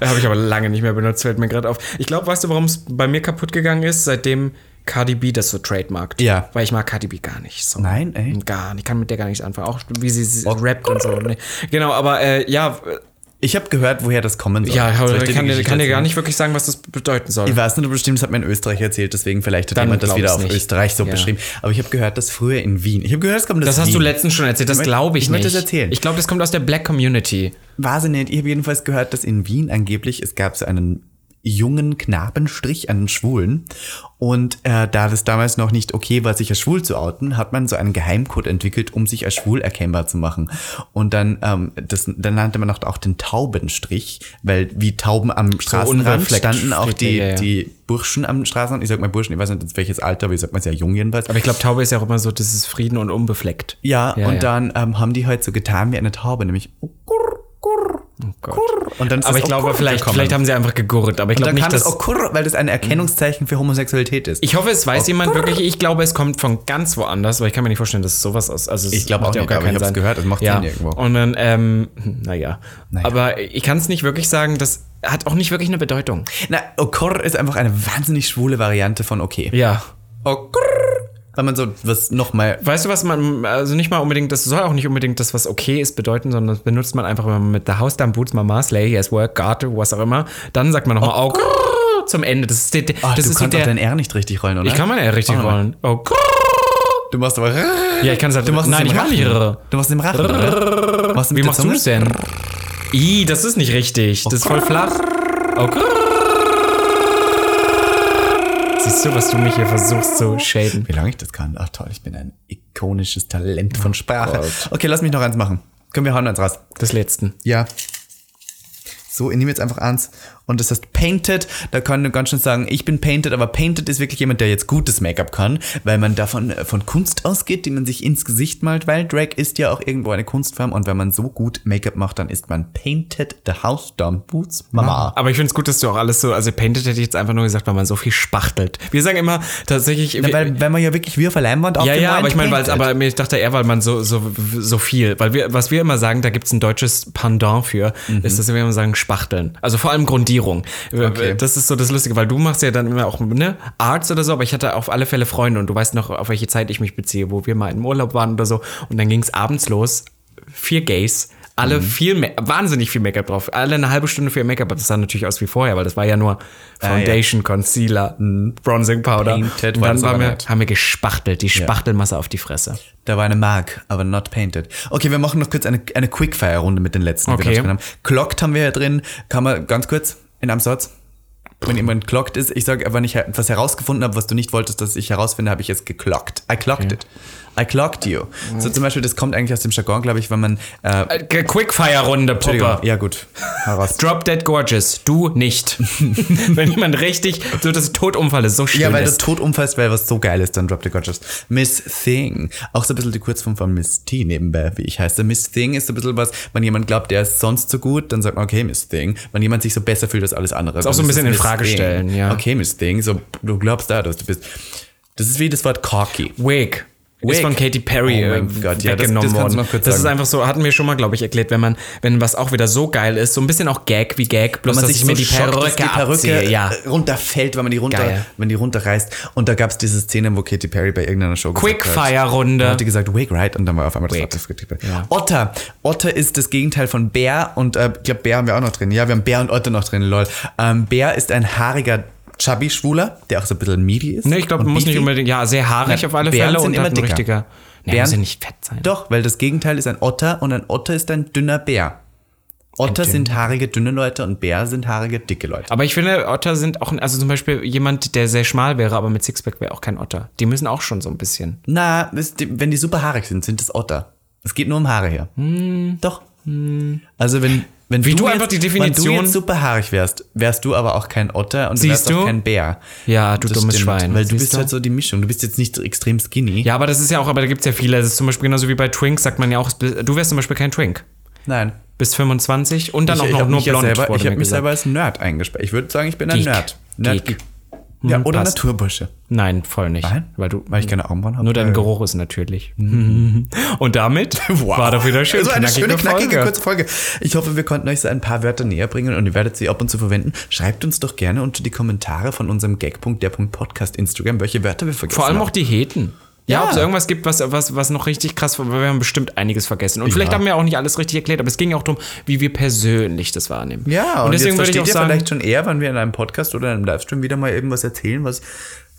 Speaker 1: Habe ich aber lange nicht mehr benutzt, fällt mir gerade auf. Ich glaube, weißt du, warum es bei mir kaputt gegangen ist, seitdem Cardi B das so trademarkt?
Speaker 2: Ja.
Speaker 1: Weil ich mag Cardi B gar nicht. So.
Speaker 2: Nein, ey.
Speaker 1: Gar nicht. Ich kann mit der gar nichts anfangen. Auch wie sie, sie rappt und so. Nee. Genau, aber äh, ja, äh,
Speaker 2: Ich habe gehört, woher das kommen soll.
Speaker 1: ja
Speaker 2: Soll
Speaker 1: ich
Speaker 2: dir die
Speaker 1: kann, dir-
Speaker 2: Geschichte
Speaker 1: kann dir gar
Speaker 2: erzählen?
Speaker 1: nicht wirklich sagen, was das bedeuten soll.
Speaker 2: Ich weiß nicht, ob bestimmt, das hat mir in Österreich erzählt, deswegen vielleicht hat
Speaker 1: Dann
Speaker 2: jemand das
Speaker 1: glaub's
Speaker 2: wieder auf
Speaker 1: nicht.
Speaker 2: Österreich so
Speaker 1: Ja.
Speaker 2: beschrieben. Aber ich habe gehört, dass früher in Wien. Ich habe gehört, es kommt aus
Speaker 1: Das hast du
Speaker 2: Wien.
Speaker 1: letztens schon erzählt, das
Speaker 2: Ich möchte-
Speaker 1: glaube ich,
Speaker 2: ich
Speaker 1: nicht.
Speaker 2: möchte das erzählen.
Speaker 1: Ich glaube, das kommt aus der Black Community.
Speaker 2: Weiß ich nicht. Ich habe jedenfalls gehört, dass in Wien angeblich, es gab so einen jungen Knabenstrich an Schwulen. Und äh, da das damals noch nicht okay war, sich als schwul zu outen, hat man so einen Geheimcode entwickelt, um sich als schwul erkennbar zu machen. Und dann, ähm, das, dann nannte man auch, auch den Taubenstrich, weil wie Tauben am Straßenrand
Speaker 1: unbefleckt
Speaker 2: standen auch
Speaker 1: steht
Speaker 2: die,
Speaker 1: da, ja, ja.
Speaker 2: die Burschen am Straßenrand. Ich sag mal Burschen, ich weiß nicht, welches Alter, aber ich sag mal sehr jung jedenfalls.
Speaker 1: Aber ich glaube, Taube ist ja auch immer so, das ist Frieden und unbefleckt.
Speaker 2: Ja,
Speaker 1: Ja,
Speaker 2: und
Speaker 1: ja.
Speaker 2: dann ähm, haben die halt so getan wie eine Taube, nämlich oh, kurr, kurr, kurr. Und dann ist
Speaker 1: Oh aber
Speaker 2: das
Speaker 1: ich glaube,
Speaker 2: Okurr
Speaker 1: vielleicht,
Speaker 2: gekommen.
Speaker 1: vielleicht haben sie einfach gegurrt, aber ich
Speaker 2: Und
Speaker 1: glaube
Speaker 2: dann
Speaker 1: nicht,
Speaker 2: kam das
Speaker 1: dass.
Speaker 2: Okurr, weil das ein Erkennungszeichen für Homosexualität ist.
Speaker 1: Ich hoffe, es weiß jemand wirklich. Ich glaube, es kommt von ganz woanders, weil ich kann mir nicht vorstellen, dass sowas aus. Also es
Speaker 2: Ich glaube
Speaker 1: macht
Speaker 2: auch
Speaker 1: ja
Speaker 2: nicht, aber ich
Speaker 1: keinen
Speaker 2: hab's
Speaker 1: Sinn.
Speaker 2: gehört, es macht
Speaker 1: ja.
Speaker 2: Sinn irgendwo.
Speaker 1: Und dann, ähm, naja.
Speaker 2: Naja.
Speaker 1: Aber ich kann es nicht wirklich sagen, das hat auch nicht wirklich eine Bedeutung.
Speaker 2: Na, Okurr ist einfach eine wahnsinnig schwule Variante von okay.
Speaker 1: Ja.
Speaker 2: Okurr. Wenn man so was nochmal.
Speaker 1: Weißt du, was man, also nicht mal unbedingt, das soll auch nicht unbedingt das, was okay ist, bedeuten, sondern das benutzt man einfach, wenn man mit der Haus, dann Boots, Mama, Slay, Yes, Work, Garte, was auch immer, dann sagt man nochmal auch zum Ende. Das ist, der,
Speaker 2: Oh Ah,
Speaker 1: das
Speaker 2: du
Speaker 1: ist so
Speaker 2: kannst auch
Speaker 1: der,
Speaker 2: dein R nicht richtig rollen, oder?
Speaker 1: ich kann man ja richtig
Speaker 2: Mach mal.
Speaker 1: rollen. Oh,
Speaker 2: Du machst aber.
Speaker 1: ja, ich kann es halt,
Speaker 2: Du machst
Speaker 1: nein, ich
Speaker 2: es im
Speaker 1: mach nicht.
Speaker 2: Rachen. Du machst es im Rachen. oder? Machst
Speaker 1: Wie
Speaker 2: mit der
Speaker 1: machst du
Speaker 2: Zunge?
Speaker 1: es denn? I, das ist nicht richtig.
Speaker 2: Oh
Speaker 1: Das ist voll flach. Oh, Okay. Siehst du, was du mich hier versuchst zu shaden?
Speaker 2: Wie lange ich das kann? Ach toll, ich bin ein ikonisches Talent
Speaker 1: Oh
Speaker 2: von Sprache. Okay, lass mich noch eins machen. Können wir hauen eins raus?
Speaker 1: Das letzten.
Speaker 2: Ja. So, ich nehme jetzt einfach eins Und das heißt Painted, da kann man ganz schön sagen, ich bin Painted, aber Painted ist wirklich jemand, der jetzt gutes Make-up kann, weil man davon äh, von Kunst ausgeht, die man sich ins Gesicht malt, weil Drag ist ja auch irgendwo eine Kunstform und wenn man so gut Make-up macht, dann ist man Painted the House Down Boots Mama.
Speaker 1: Aber ich finde es gut, dass du auch alles so, also Painted hätte ich jetzt einfach nur gesagt, weil man so viel spachtelt. Wir sagen immer tatsächlich,
Speaker 2: Na, weil, weil man ja wirklich wie auf der Leinwand
Speaker 1: Äh, ja, ja,
Speaker 2: aufgemalt
Speaker 1: aber ich meine, weil es
Speaker 2: painted.
Speaker 1: aber mir- ich dachte eher, weil man so so so viel, weil wir was wir immer sagen, da gibt's ein deutsches Pendant für,
Speaker 2: Mhm.
Speaker 1: ist, dass wir immer sagen Spachteln. Also vor allem Grundierung. Äh,
Speaker 2: Okay.
Speaker 1: Das ist so das Lustige, weil du machst ja dann immer auch ne Arts oder so, aber ich hatte auf alle Fälle Freunde und du weißt noch, auf welche Zeit ich mich beziehe, wo wir mal im Urlaub waren oder so und dann ging's abends los, vier Gays.
Speaker 2: Mhm.
Speaker 1: Alle viel, Ma- wahnsinnig viel Make-up drauf. Alle eine halbe Stunde für ihr Make-up. Das sah natürlich aus wie vorher, weil das war ja nur
Speaker 2: Ah, ja.
Speaker 1: Foundation, Concealer, mm, Bronzing Powder.
Speaker 2: Painted
Speaker 1: und
Speaker 2: war
Speaker 1: dann
Speaker 2: das
Speaker 1: war
Speaker 2: aber
Speaker 1: mir,
Speaker 2: nicht.
Speaker 1: haben wir gespachtelt, die Spachtelmasse auf die Fresse.
Speaker 2: Da war eine Mark, aber not painted. Okay, wir machen noch kurz eine, eine Quickfire-Runde mit den letzten, die
Speaker 1: Okay.
Speaker 2: wir noch drin haben. Clocked haben wir ja drin. Kann man ganz kurz in einem Satz. Wenn jemand clocked ist, ich sage, wenn ich etwas herausgefunden habe, was du nicht wolltest, dass ich herausfinde, habe ich jetzt geclockt. I clocked it. I clocked you. So zum Beispiel, das kommt eigentlich aus dem Jargon, glaube ich, wenn man. Äh,
Speaker 1: Äh, Quickfire-Runde, Puppa.
Speaker 2: Entschuldigung, ja, gut. Heraus.
Speaker 1: Drop Dead Gorgeous, du nicht. Wenn jemand richtig, so dass Todunfall ist, so schön
Speaker 2: Ja, weil du
Speaker 1: ist.
Speaker 2: tot umfällst, weil was so geil ist, dann drop the gorgeous. Miss Thing. Auch so ein bisschen die Kurzform von Miss T nebenbei, wie ich heiße. Miss Thing ist so ein bisschen was, wenn jemand glaubt, der ist sonst so gut, dann sagt man, okay, Miss Thing. Wenn jemand sich so besser fühlt als alles andere. Ist
Speaker 1: auch so ein bisschen in Frage stellen, ja.
Speaker 2: Okay, Miss Thing, so, du glaubst da, dass du bist. Das ist wie das Wort cocky.
Speaker 1: Wig. Ist
Speaker 2: Wig.
Speaker 1: von Katy Perry
Speaker 2: Oh
Speaker 1: äh,
Speaker 2: mein Gott, ja, das-
Speaker 1: weggenommen
Speaker 2: das kannst du
Speaker 1: worden.
Speaker 2: noch kurz
Speaker 1: das ist
Speaker 2: sagen.
Speaker 1: einfach so, hatten wir schon mal, glaube ich, erklärt, wenn man, wenn was auch wieder so geil ist, so ein bisschen auch Gag wie Gag, bloß
Speaker 2: Wenn
Speaker 1: dass ich mir die
Speaker 2: schockt,
Speaker 1: Perücke,
Speaker 2: dass die
Speaker 1: abziehe. Ja.
Speaker 2: äh, runterfällt, wenn man die runter,
Speaker 1: Geil.
Speaker 2: wenn die runterreißt. Und da gab es diese Szene, wo Katy Perry bei irgendeiner Show gesagt hat- Dann
Speaker 1: Quickfire-Runde.
Speaker 2: hat die gesagt, Wig, right? Und dann war auf einmal das
Speaker 1: Wig.
Speaker 2: Wort aufgetippt.
Speaker 1: Ja.
Speaker 2: Otter. Otter ist das Gegenteil von Bär und äh, ich glaube, Bär haben wir auch noch drin. Ja, wir haben Bär und Otter noch drin, lol. Ähm, Bär ist ein haariger Chubby-Schwuler, der auch so ein bisschen meaty ist.
Speaker 1: Ne, ich glaube,
Speaker 2: und
Speaker 1: man muss nicht
Speaker 2: beefy.
Speaker 1: unbedingt, ja, sehr haarig
Speaker 2: Nein,
Speaker 1: auf alle
Speaker 2: Bären
Speaker 1: Fälle
Speaker 2: sind
Speaker 1: und
Speaker 2: immer
Speaker 1: hat ein
Speaker 2: dicker.
Speaker 1: richtiger. Nee,
Speaker 2: Bären-
Speaker 1: muss ja nicht fett sein.
Speaker 2: Doch, weil das Gegenteil ist ein Otter und ein Otter ist ein dünner Bär. Otter sind haarige, dünne Leute und Bär sind haarige, dicke Leute.
Speaker 1: Aber ich finde, Otter sind auch, also zum Beispiel jemand, der sehr schmal wäre, aber mit Sixpack wäre auch kein Otter. Die müssen auch schon so ein bisschen.
Speaker 2: Na, das- die- wenn die super haarig sind, sind es Otter. Es geht nur um Haare hier. Doch. Also wenn wenn
Speaker 1: Hm. Wie du einfach die
Speaker 2: wenn du
Speaker 1: Definition-
Speaker 2: jetzt super haarig wärst, wärst du aber auch kein Otter und du
Speaker 1: Siehst
Speaker 2: wärst auch
Speaker 1: du?
Speaker 2: kein Bär.
Speaker 1: Ja, du dummes Schwein.
Speaker 2: Weil du
Speaker 1: Siehst
Speaker 2: bist
Speaker 1: du?
Speaker 2: halt so die Mischung. Du bist jetzt nicht so extrem skinny.
Speaker 1: Ja, aber das ist ja auch, aber da gibt es ja viele. Das ist zum Beispiel genauso wie bei Twinks, sagt man ja auch, du wärst zum Beispiel kein Twink.
Speaker 2: Nein.
Speaker 1: Bis 25 und dann
Speaker 2: ich,
Speaker 1: auch
Speaker 2: ich
Speaker 1: noch
Speaker 2: hab
Speaker 1: nur
Speaker 2: mich ja
Speaker 1: blond.
Speaker 2: selber,
Speaker 1: wurde
Speaker 2: ich
Speaker 1: mir
Speaker 2: habe mich
Speaker 1: gesagt.
Speaker 2: selber als Nerd eingespeichert. Ich würde sagen, ich bin ein
Speaker 1: Geek.
Speaker 2: Nerd. Nerd
Speaker 1: Geek.
Speaker 2: Ja,
Speaker 1: Mhm,
Speaker 2: oder
Speaker 1: passt.
Speaker 2: Naturbursche.
Speaker 1: Nein, voll nicht.
Speaker 2: Nein?
Speaker 1: Weil du.
Speaker 2: Weil ich keine Augenbrauen habe?
Speaker 1: Nur dein
Speaker 2: Äh.
Speaker 1: Geruch ist natürlich. Und damit war doch wieder schön.
Speaker 2: Mhm. So Also eine
Speaker 1: knackige
Speaker 2: schöne, knackige,
Speaker 1: Folge.
Speaker 2: kurze Folge. Ich hoffe, wir konnten euch so ein paar Wörter näher bringen und ihr werdet sie ab und zu verwenden. Schreibt uns doch gerne unter die Kommentare von unserem Gag.der.podcast Instagram, welche Wörter wir vergessen
Speaker 1: Vor allem
Speaker 2: haben.
Speaker 1: auch die Heten. Ja,
Speaker 2: Ja.
Speaker 1: ob es irgendwas gibt, was, was, was noch richtig krass war, weil wir haben bestimmt einiges vergessen. Und vielleicht haben wir auch nicht alles richtig erklärt, aber es ging ja auch darum, wie wir persönlich das wahrnehmen.
Speaker 2: Ja,
Speaker 1: und,
Speaker 2: und,
Speaker 1: deswegen
Speaker 2: jetzt
Speaker 1: würde ich
Speaker 2: versteht
Speaker 1: auch
Speaker 2: ihr
Speaker 1: sagen,
Speaker 2: vielleicht schon eher, wenn wir in einem Podcast oder in einem Livestream wieder mal irgendwas erzählen, was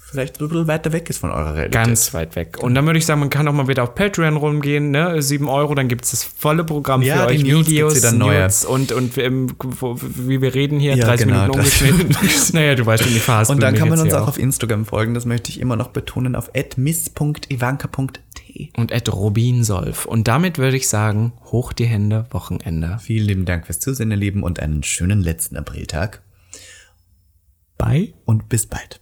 Speaker 2: vielleicht ein bisschen weiter weg ist von eurer Realität.
Speaker 1: ganz weit weg. Und dann würde ich sagen, man kann auch mal wieder auf Patreon rumgehen, ne? 7 Euro, dann gibt es das volle Programm
Speaker 2: Ja,
Speaker 1: für
Speaker 2: die
Speaker 1: euch.
Speaker 2: News gibt's
Speaker 1: Videos,
Speaker 2: wieder neue.
Speaker 1: Nudes und, und ähm, wo- wie wir reden hier,
Speaker 2: Ja,
Speaker 1: 30
Speaker 2: genau,
Speaker 1: Minuten
Speaker 2: das-
Speaker 1: umgeschnitten. naja, du weißt schon, die Phase.
Speaker 2: und dann kann man uns auch auf Instagram folgen, das möchte ich immer noch betonen, auf miss.ivanka.t.
Speaker 1: Und Ed Robinsolf. Und damit würde ich sagen, hoch die Hände, Wochenende.
Speaker 2: Vielen lieben Dank fürs Zusehen, ihr Lieben, und einen schönen letzten Apriltag
Speaker 1: Bye.
Speaker 2: und bis bald.